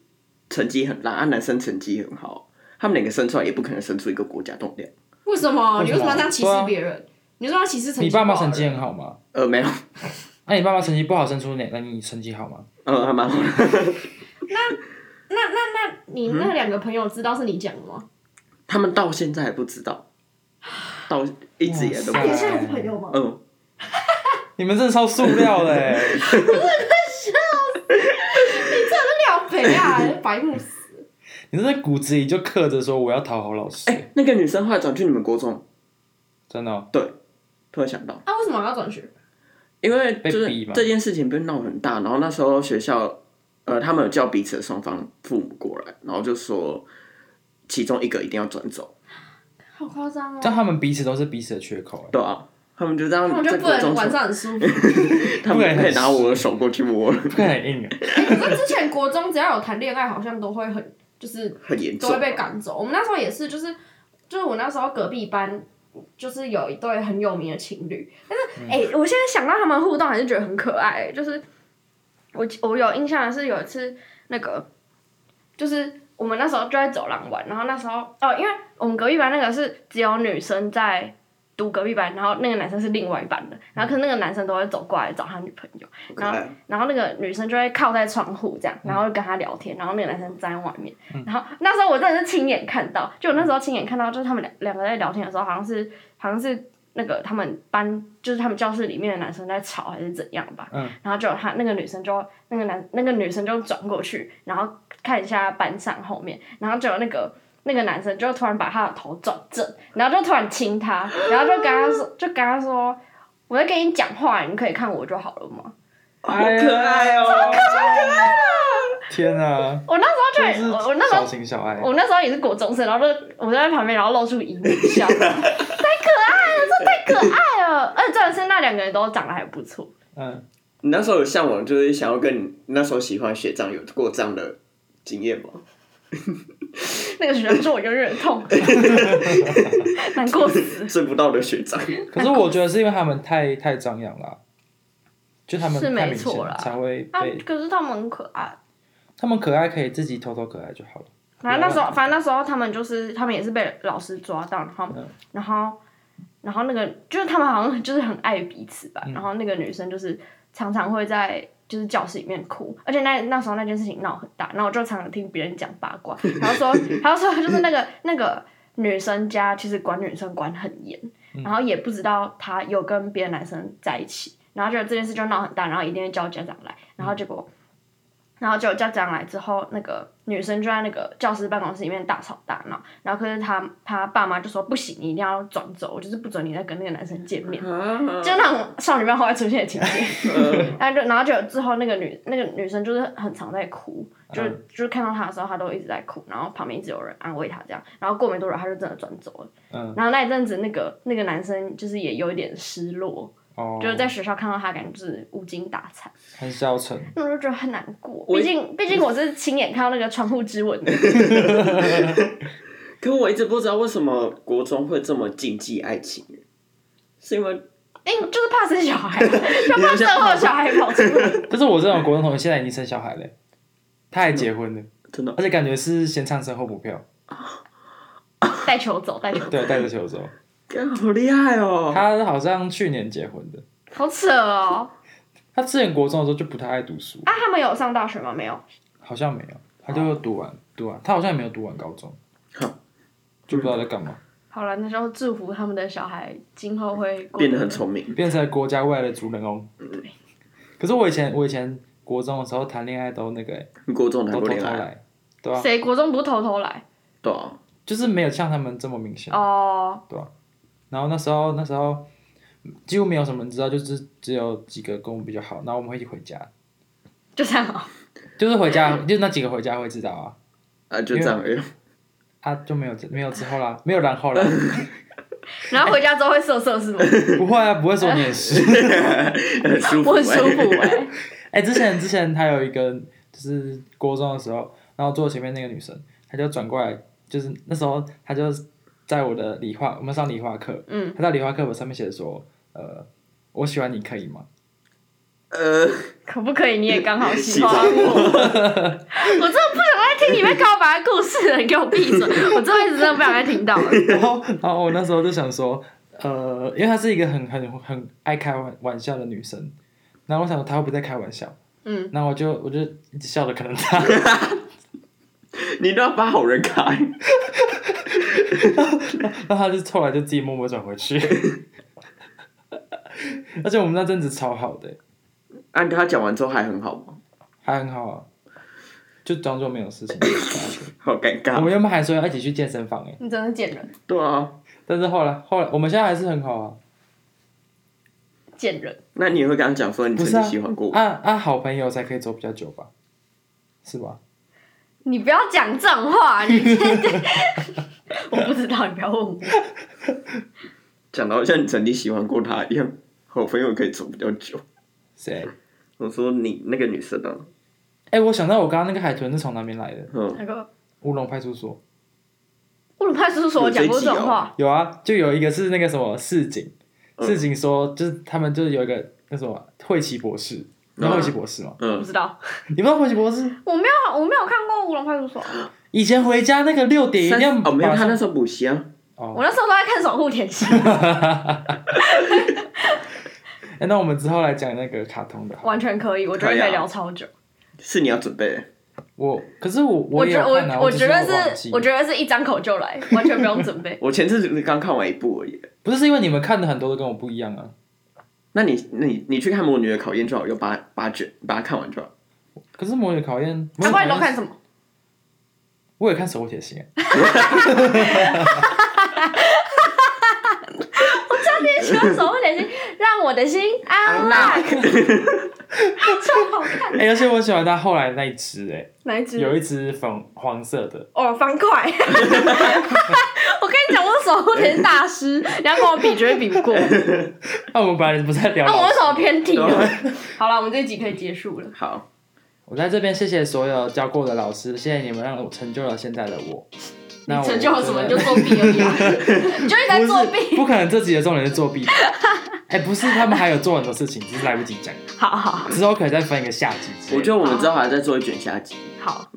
S3: 成绩很烂，啊男生成绩很好，他们两个生出来也不可能生出一个国家栋梁，
S5: 为什么？
S1: 为
S5: 你
S1: 什么
S5: 为什么要这样歧
S1: 对啊
S5: 视别人？你说他歧视成绩？
S1: 你爸妈成绩？很好吗？
S3: 呃，没有，
S1: 那、你爸妈成绩不好，生出哪？那你成绩好吗？
S3: 呃，还蛮好的，
S5: 你那两个朋友知道是你讲的吗？
S3: 他们到现在还不知道，到一直也都不
S1: 哇塞
S3: 知道，
S1: 现在是朋
S5: 友吗？
S3: 嗯，
S1: 你们真的超塑料的、欸，
S5: 廖培啊，白目死！
S1: 你真的骨子里就刻着说我要讨好老师，
S3: 哎，那个女生后来转去你们国中，
S1: 真的哦、
S3: 突然想到。
S5: 啊，为什么要转学？
S3: 因为就是
S1: 被逼嘛
S3: 这件事情被闹很大，然后那时候学校，呃，他们有叫彼此的双方父母过来，然后就说其中一个一定要转走，
S5: 好夸张哦！
S1: 但他们彼此都是彼此的缺口、欸。
S3: 对啊，他们就这样
S5: 他们
S3: 在
S5: 就不
S3: 国
S5: 能
S3: 中
S5: 晚
S3: 说，
S5: 上很舒服。
S3: 他们就可以拿我的手过去摸了，
S1: 不可以很硬、欸，
S5: 欸可是之前国中只要有谈恋爱，好像都会很就是
S3: 很严
S5: 都
S3: 重啊
S5: 会。被赶走。我们那时候也是，就是就是我那时候隔壁班就是有一对很有名的情侣，
S3: 嗯
S2: 哎、我现在想到他们互动还是觉得很可爱、就是我我有印象的是有一次那个，就是我们那时候就在走廊玩，然后那时候哦，因为我们隔壁班那个是只有女生在读隔壁班，然后那个男生是另外一班的，然后可是那个男生都会走过来找他女朋友，然后然后那个女生就会靠在窗户这样，然后跟他聊天，然后那个男生站在外面，然后那时候我真的是亲眼看到，就我那时候亲眼看到，就是他们两两个在聊天的时候，好像是好像是那个他们班就是他们教室里面的男生在吵还是怎样吧，
S1: 嗯
S2: 然后就有他那个女生就那个男那个女生就转过去，然后看一下班上后面，然后就有那个。那个男生就突然把他的头转正，然后就突然亲他，然后就跟他说，就跟他说：“我在跟你讲话，你可以看我就 好了吗？”
S3: 好可爱哦、
S1: 哎 天啊，
S2: 我那时候
S1: 真
S2: 就是我我那时
S1: 小
S2: 候
S1: 情小爱。
S2: 我那时候也是国中生，然后就我就在旁边，然后露出淫笑， 太可爱了，这太可爱了！而且真的是那两个人都长得还不错，
S1: 嗯，
S3: 你那时候有向往，就是想要跟你那时候喜欢的学长有过这样的经验吗？
S2: 那个学生说我永远 痛，难过死。
S3: 追不到的学长，
S1: 可是我觉得是因为他们太太张扬了啊，就他们
S2: 是
S1: 太
S2: 没
S1: 明显
S2: 错啦
S1: 才会
S2: 啊
S1: 被，
S2: 可是他们很可爱。
S1: 他们可爱可以自己偷偷可爱就好了。
S2: 反正那时候，反正那时候他们就是他们也是被老师抓到，然后
S1: 嗯
S2: 然后然后那个就是他们好像就是很爱彼此吧。然后那个女生就是常常会在就是教室里面哭，而且那那时候那件事情闹很大，然后我就常常听别人讲八卦，然后说然后说就是那个那个女生家其实管女生管很严，然后也不知道她有跟别的男生在一起，然后就这件事就闹很大，然后一定会叫家长来，然后结果。然后结果家长来之后，那个女生就在那个教师办公室里面大吵大闹，然后可是她她爸妈就说不行，你一定要转走，我就是不准你再跟那个男生见
S3: 嗯
S2: 面，就那种少女漫画会出现的情节。 然后就然后就之后那个女那个女生就是很常在哭，就、就是看到她的时候，她都一直在哭，然后旁边一直有人安慰她这样，然后过没多久她就真的转走了。
S1: 嗯
S2: 然后那一阵子那个那个男生就是也有一点失落，
S1: 哦，
S2: 就是在学校看到她感觉就是无精打采。
S1: 很消沉。
S2: 那我就觉得很难过。毕
S3: 嗯
S2: 竟，毕竟我是亲眼看到那个窗户之 吻的。
S3: 可我一直不知道为什么国中会这么禁忌爱情，是因为
S2: 哎、就是怕生小孩，啊 就怕生后小孩跑出来。
S1: 但是我这种国中同学现在已经生小孩了欸，他还结婚了，
S3: 真的
S1: 而且感觉是先唱生后补票，
S2: 带球走， 带球走，
S1: 对，带着球走。
S3: 干好厉害哦、
S1: 他好像去年结婚的，
S2: 好扯哦！
S1: 他之前国中的时候就不太爱读书，
S2: 啊，他们有上大学吗？没有。
S1: 好像没有，他就读完读完，他好像也没有读完高中
S3: 哼，
S1: 就不知道在干嘛，
S2: 好了，那就祝福他们的小孩今后会过
S3: 变得很聪明。
S1: 变成了国家未来的主人翁。可是我以前我以前国中的时候谈恋爱都那个欸
S3: 你国中谈
S1: 都
S3: 过
S1: 偷偷
S3: 恋爱？
S1: 来，对啊，
S2: 谁国中不是偷偷来？
S3: 对啊，
S1: 就是没有像他们这么明显。
S2: 哦，
S1: 然后那时候那时候几乎没有什么人知道，就是只有几个跟我们比较好，然后我们会一起回家，
S2: 就这样哦。
S1: 就是回家就那几个回家会知道啊
S3: 啊，就这样而已。
S1: 啊就没有没有之后啦，没有然后啦，
S2: 然后回家之后会瑟瑟是吗？
S1: 不会啊，不会说你也是。
S3: 很 舒服、
S2: 我很
S3: 欸，
S2: 舒服哎、
S1: 哎、之前之前他有一个就是国中的时候，然后坐我前面那个女生，她就转过来，就是那时候她就在我的理化，我们上理化课，
S2: 嗯，
S1: 她在理化课本上面写说，呃，我喜欢你可以吗？
S3: 呃，
S2: 可不可以你也刚好喜
S3: 喜
S2: 欢
S3: 欢
S2: 我？
S3: 我，
S2: 我真的不想再听你被告白的故事了，你给我闭嘴！我这辈子真的不想再听到了。
S1: 然后然后我那时候就想说，呃，因为她是一个很很很爱开玩玩笑的女生，然后我想说她会不会在开玩笑，
S2: 嗯，
S1: 然后我就我就一直笑的可能她。
S3: 你都要发好人卡、欸。
S1: 那他就后来就自己默默转回去。 而且我们那阵子超好的、
S3: 啊，你跟他讲完之后还很好吗？
S1: 还很好啊，就装作没有事情。
S3: 好尴
S1: 我
S3: 尬。
S1: 们原本还说要一起去健身房哎、
S2: 你真的贱人，
S3: 对啊，
S1: 但是后来后来我们现在还是很好啊。
S2: 贱人。
S3: 那你也会跟他讲说你
S1: 不
S3: 曾
S1: 是啊
S3: 经喜欢过，我？
S1: 按按、好朋友才可以走比较久吧？是吧？
S2: 你不要讲这种话， 你 真的。我不知道，你不要问我。
S3: 讲到像你曾经喜欢过他一样，好朋友可以走比较久。
S1: 谁？
S3: 我说你那个女生啊，
S1: 哎、我想到我刚刚那个海豚是从哪边来的？
S3: 嗯，
S2: 那个
S1: 乌龙派出所
S2: 乌鲁派出所讲过这种话，
S1: 有啊，就有一个是那个什么市井，
S3: 嗯
S1: 市井说就是他们就是有一个那什么惠奇博士，你知道惠奇博士吗？
S2: 我不
S3: 嗯，
S2: 知道，
S1: 你不知道惠奇博士？
S2: 我没有，我没有看过乌龙派出所。
S1: 以前回家那个六点一定要
S3: 三哦，没有，
S1: 马
S3: 他
S1: 上
S3: 那时候补习啊，
S1: 哦
S2: 我，那时候都在看《守护甜心》，
S1: 哎，那我们之后来讲那个卡通的好。
S2: 完全可以，我觉得可
S3: 可以
S2: 以
S3: 啊
S2: 聊超久。
S3: 是你要准备。。
S1: 我可是我我也
S2: 觉
S1: 有
S2: 我
S1: 看啊，
S2: 我
S1: 只
S2: 觉得
S1: 忘
S2: 是
S1: 记，
S2: 我觉得是一张口就来，完全不用 准备
S3: 我前阵子刚看完一部而已。
S1: 不是是因为你们看的很多都跟我不一样啊。
S3: 那你那你你去看《魔女的考验》就好，有八八卷，你把它看完就好。
S1: 可是魔女考验，
S2: 啊那不然你都
S1: 魔女
S2: 看
S1: 考验
S2: 什么？
S1: 我也看守护铁心，
S2: 喜欢守护甜心，让我的心安lạc，超好看。
S1: 哎，而且我喜欢它后来那一只，哎，
S2: 哪一只？
S1: 有一只粉黄色的，
S2: 哦，方块。 我跟你讲，我守护甜心大师，你要跟我比，绝对比 不过。那、
S1: 啊那我们本来不是在聊
S2: 啊我
S1: 老
S2: 为
S1: 师，
S2: 什么偏题
S1: 啊
S2: 了？好了，我们这一集可以结束了。
S3: 好，
S1: 我在这边谢谢所有教过我的老师，谢谢你们让我成就了现在的我。那我
S2: 成就了什么？你就
S1: 真的
S2: 作弊而已 啊！你就一直在作
S1: 不是，
S2: 弊。
S1: 不可能这集的重点是作 弊吧。哎，不是，他们还有做很多事情，只是来不及讲。
S2: 好好
S1: 之后可以再分一个下集之类的，
S3: 我觉得我们之后还要再做一卷下集。
S2: 好，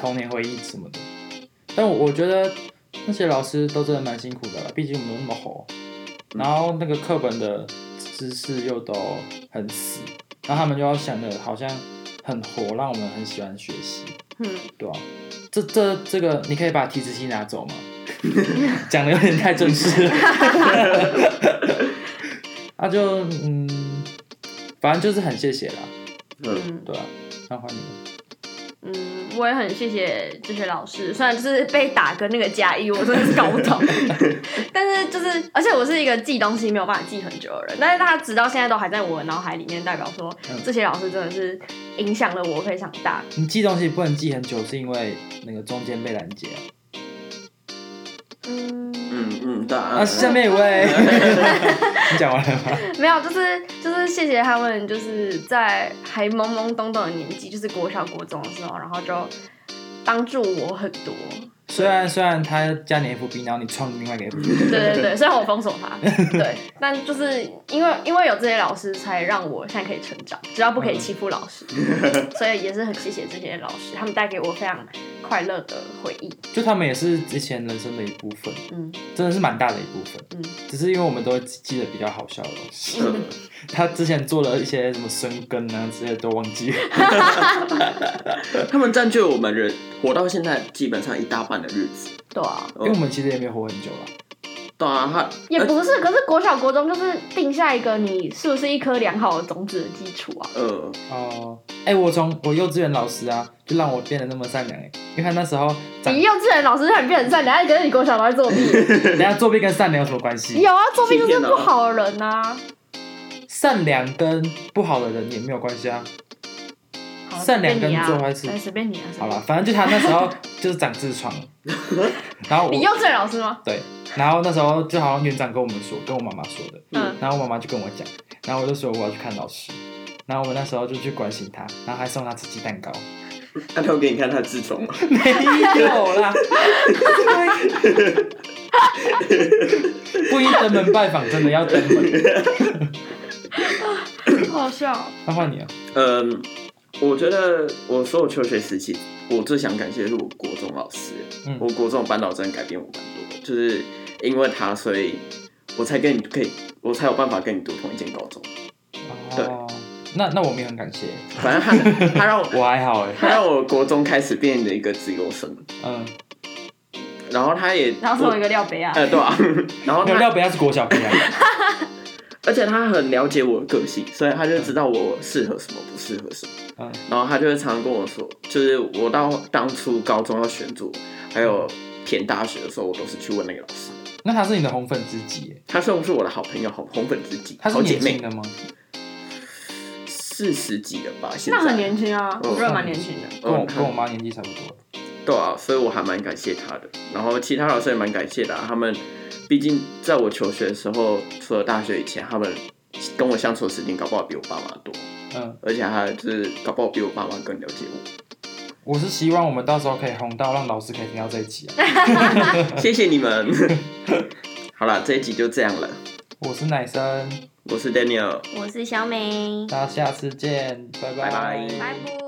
S1: 童年回忆什么的。但我我觉得那些老师都真的蛮辛苦的啦，毕竟我们都那么红，然后那个课本的知识又都很死，然后他们就要想的好像很活，让我们很喜欢学习，
S2: 嗯，
S1: 对吧、这这这个，你可以把提词器拿走吗？讲的有点太正式了。 那、就嗯，反正就是很谢谢啦，
S3: 嗯，
S2: 嗯
S1: 对吧、那换你们。
S2: 嗯，我也很谢谢这些老师，虽然就是被打跟那个加一，我真的是搞不 懂，但是就是，而且我是一个记东西没有办法记很久的人，但是他直到现在都还在我的脑海里面，代表说
S1: 嗯
S2: 这些老师真的是影响了我非常大。
S1: 你记东西不能记很久，是因为那个中间被拦截啊。
S2: 嗯，
S3: 嗯嗯，对啊。
S1: 啊，下面一位，你讲完了吗？
S2: 没有，就是就是谢谢他们，就是在还懵懵懂懂的年纪，就是国小国中的时候，然后就帮助我很多。
S1: 虽然虽然他加你 FB，然后你创另外一个 FB，
S2: 对对对，虽然我封锁他， 对，但就是因为因为有这些老师，才让我现在可以成长，只要不可以欺负老 师，所以也是很谢谢这些老师，他们带给我非常快乐的回忆。
S1: 就他们也是之前人生的一部分，
S2: 嗯
S1: 真的是蛮大的一部分。
S2: 嗯，
S1: 只是因为我们都会记得比较好笑的东西，
S3: 嗯
S1: 他之前做了一些什么生根啊之类的都忘记了。
S3: 啊他们占据了我们人活到现在基本上一大半的日子。
S2: 对啊，
S1: 因为我们其实也没有活很久了，
S3: 对啊，他
S4: 也
S3: 而
S4: 不是，可是国小国中就是定下一个你是不是一颗良好的种子的基础啊。
S3: 呃，
S1: 哦，哎、我从我幼稚园老师啊，就让我变得那么善良哎、因为他那时候长
S4: 你，幼稚园老师很变很善良，可是你国小老师作 弊，
S1: 等一下作弊跟善良有什么关系？
S4: 有啊，作弊就是不好的人啊。
S1: 善良跟不好的人也没有关系啊。
S4: 好
S1: 善良
S4: 随便你啊
S1: 跟做坏事
S4: 哎随便你啊。随
S1: 好
S4: 便你
S1: 了，反正就他那时候就是长痔疮，然后
S4: 你
S1: 我
S4: 幼稚园老师吗？
S1: 对，然后那时候就好像园长跟我们说，跟我妈妈说的，
S4: 嗯
S1: 然后我妈妈就跟我讲，然后我就说我要去看老师，然后我们那时候就去关心他，然后还送他吃鸡蛋糕，
S3: 那他有给你看他的痔疮吗？
S1: 没有啦，不一定登门拜访，真的要登门。
S4: 好好笑哦。
S1: 那换你啊，
S3: 嗯，我觉得我所有求学时期，我最想感谢的是我国中老师。
S1: 嗯
S3: 我国中的班导真的改变我蛮多的，就是因为他，所以我才跟你可以，我才有办法跟你读同一间 高中。
S1: 哦，那那我们也很感谢，
S3: 反正他他让我，
S1: 我还好哎，
S3: 他让我国中开始变得一个自由生，
S1: 嗯，
S3: 然后他也，
S4: 然后送我一个料杯啊。
S3: 呃，对啊， 然后
S1: 没有
S3: 他，
S1: 料不要是国小不要，
S3: 而且他很了解我的个性，所以他就知道我适合什么，不适合什么。
S1: 嗯
S3: 然后他就会常常跟我说，就是我到当初高中要选组，还有填大学的时候，我都是去问那个老师。
S1: 那他是你的红粉知己耶，
S3: 他是不是我的好朋友、好红粉知己、
S1: 他是
S3: 好姐
S1: 年轻
S3: 妹？
S1: 的吗？
S3: 四十几了吧？现
S4: 那很
S3: 在
S4: 年轻啊，
S3: 嗯
S4: 我觉得蛮年轻的。
S1: 跟我
S3: 嗯
S1: 跟我妈年纪差不多，
S3: 对啊，所以我还蛮感谢他的。然后其他老师也蛮感谢的、啊，他们毕竟在我求学的时候，除了大学以前，他们跟我相处的时间搞不好比我爸妈多，
S1: 嗯，
S3: 而且还就是搞不好比我爸妈更了解我。
S1: 我是希望我们到时候可以红到让老师可以听到这一集啊。
S3: 谢谢你们。 好了，这一集就这样了。
S1: 我是奶生，
S3: 我是 Daniel。
S4: 我是小美，
S1: 大家下次见，拜
S3: 拜
S4: 拜
S3: 拜
S4: 拜。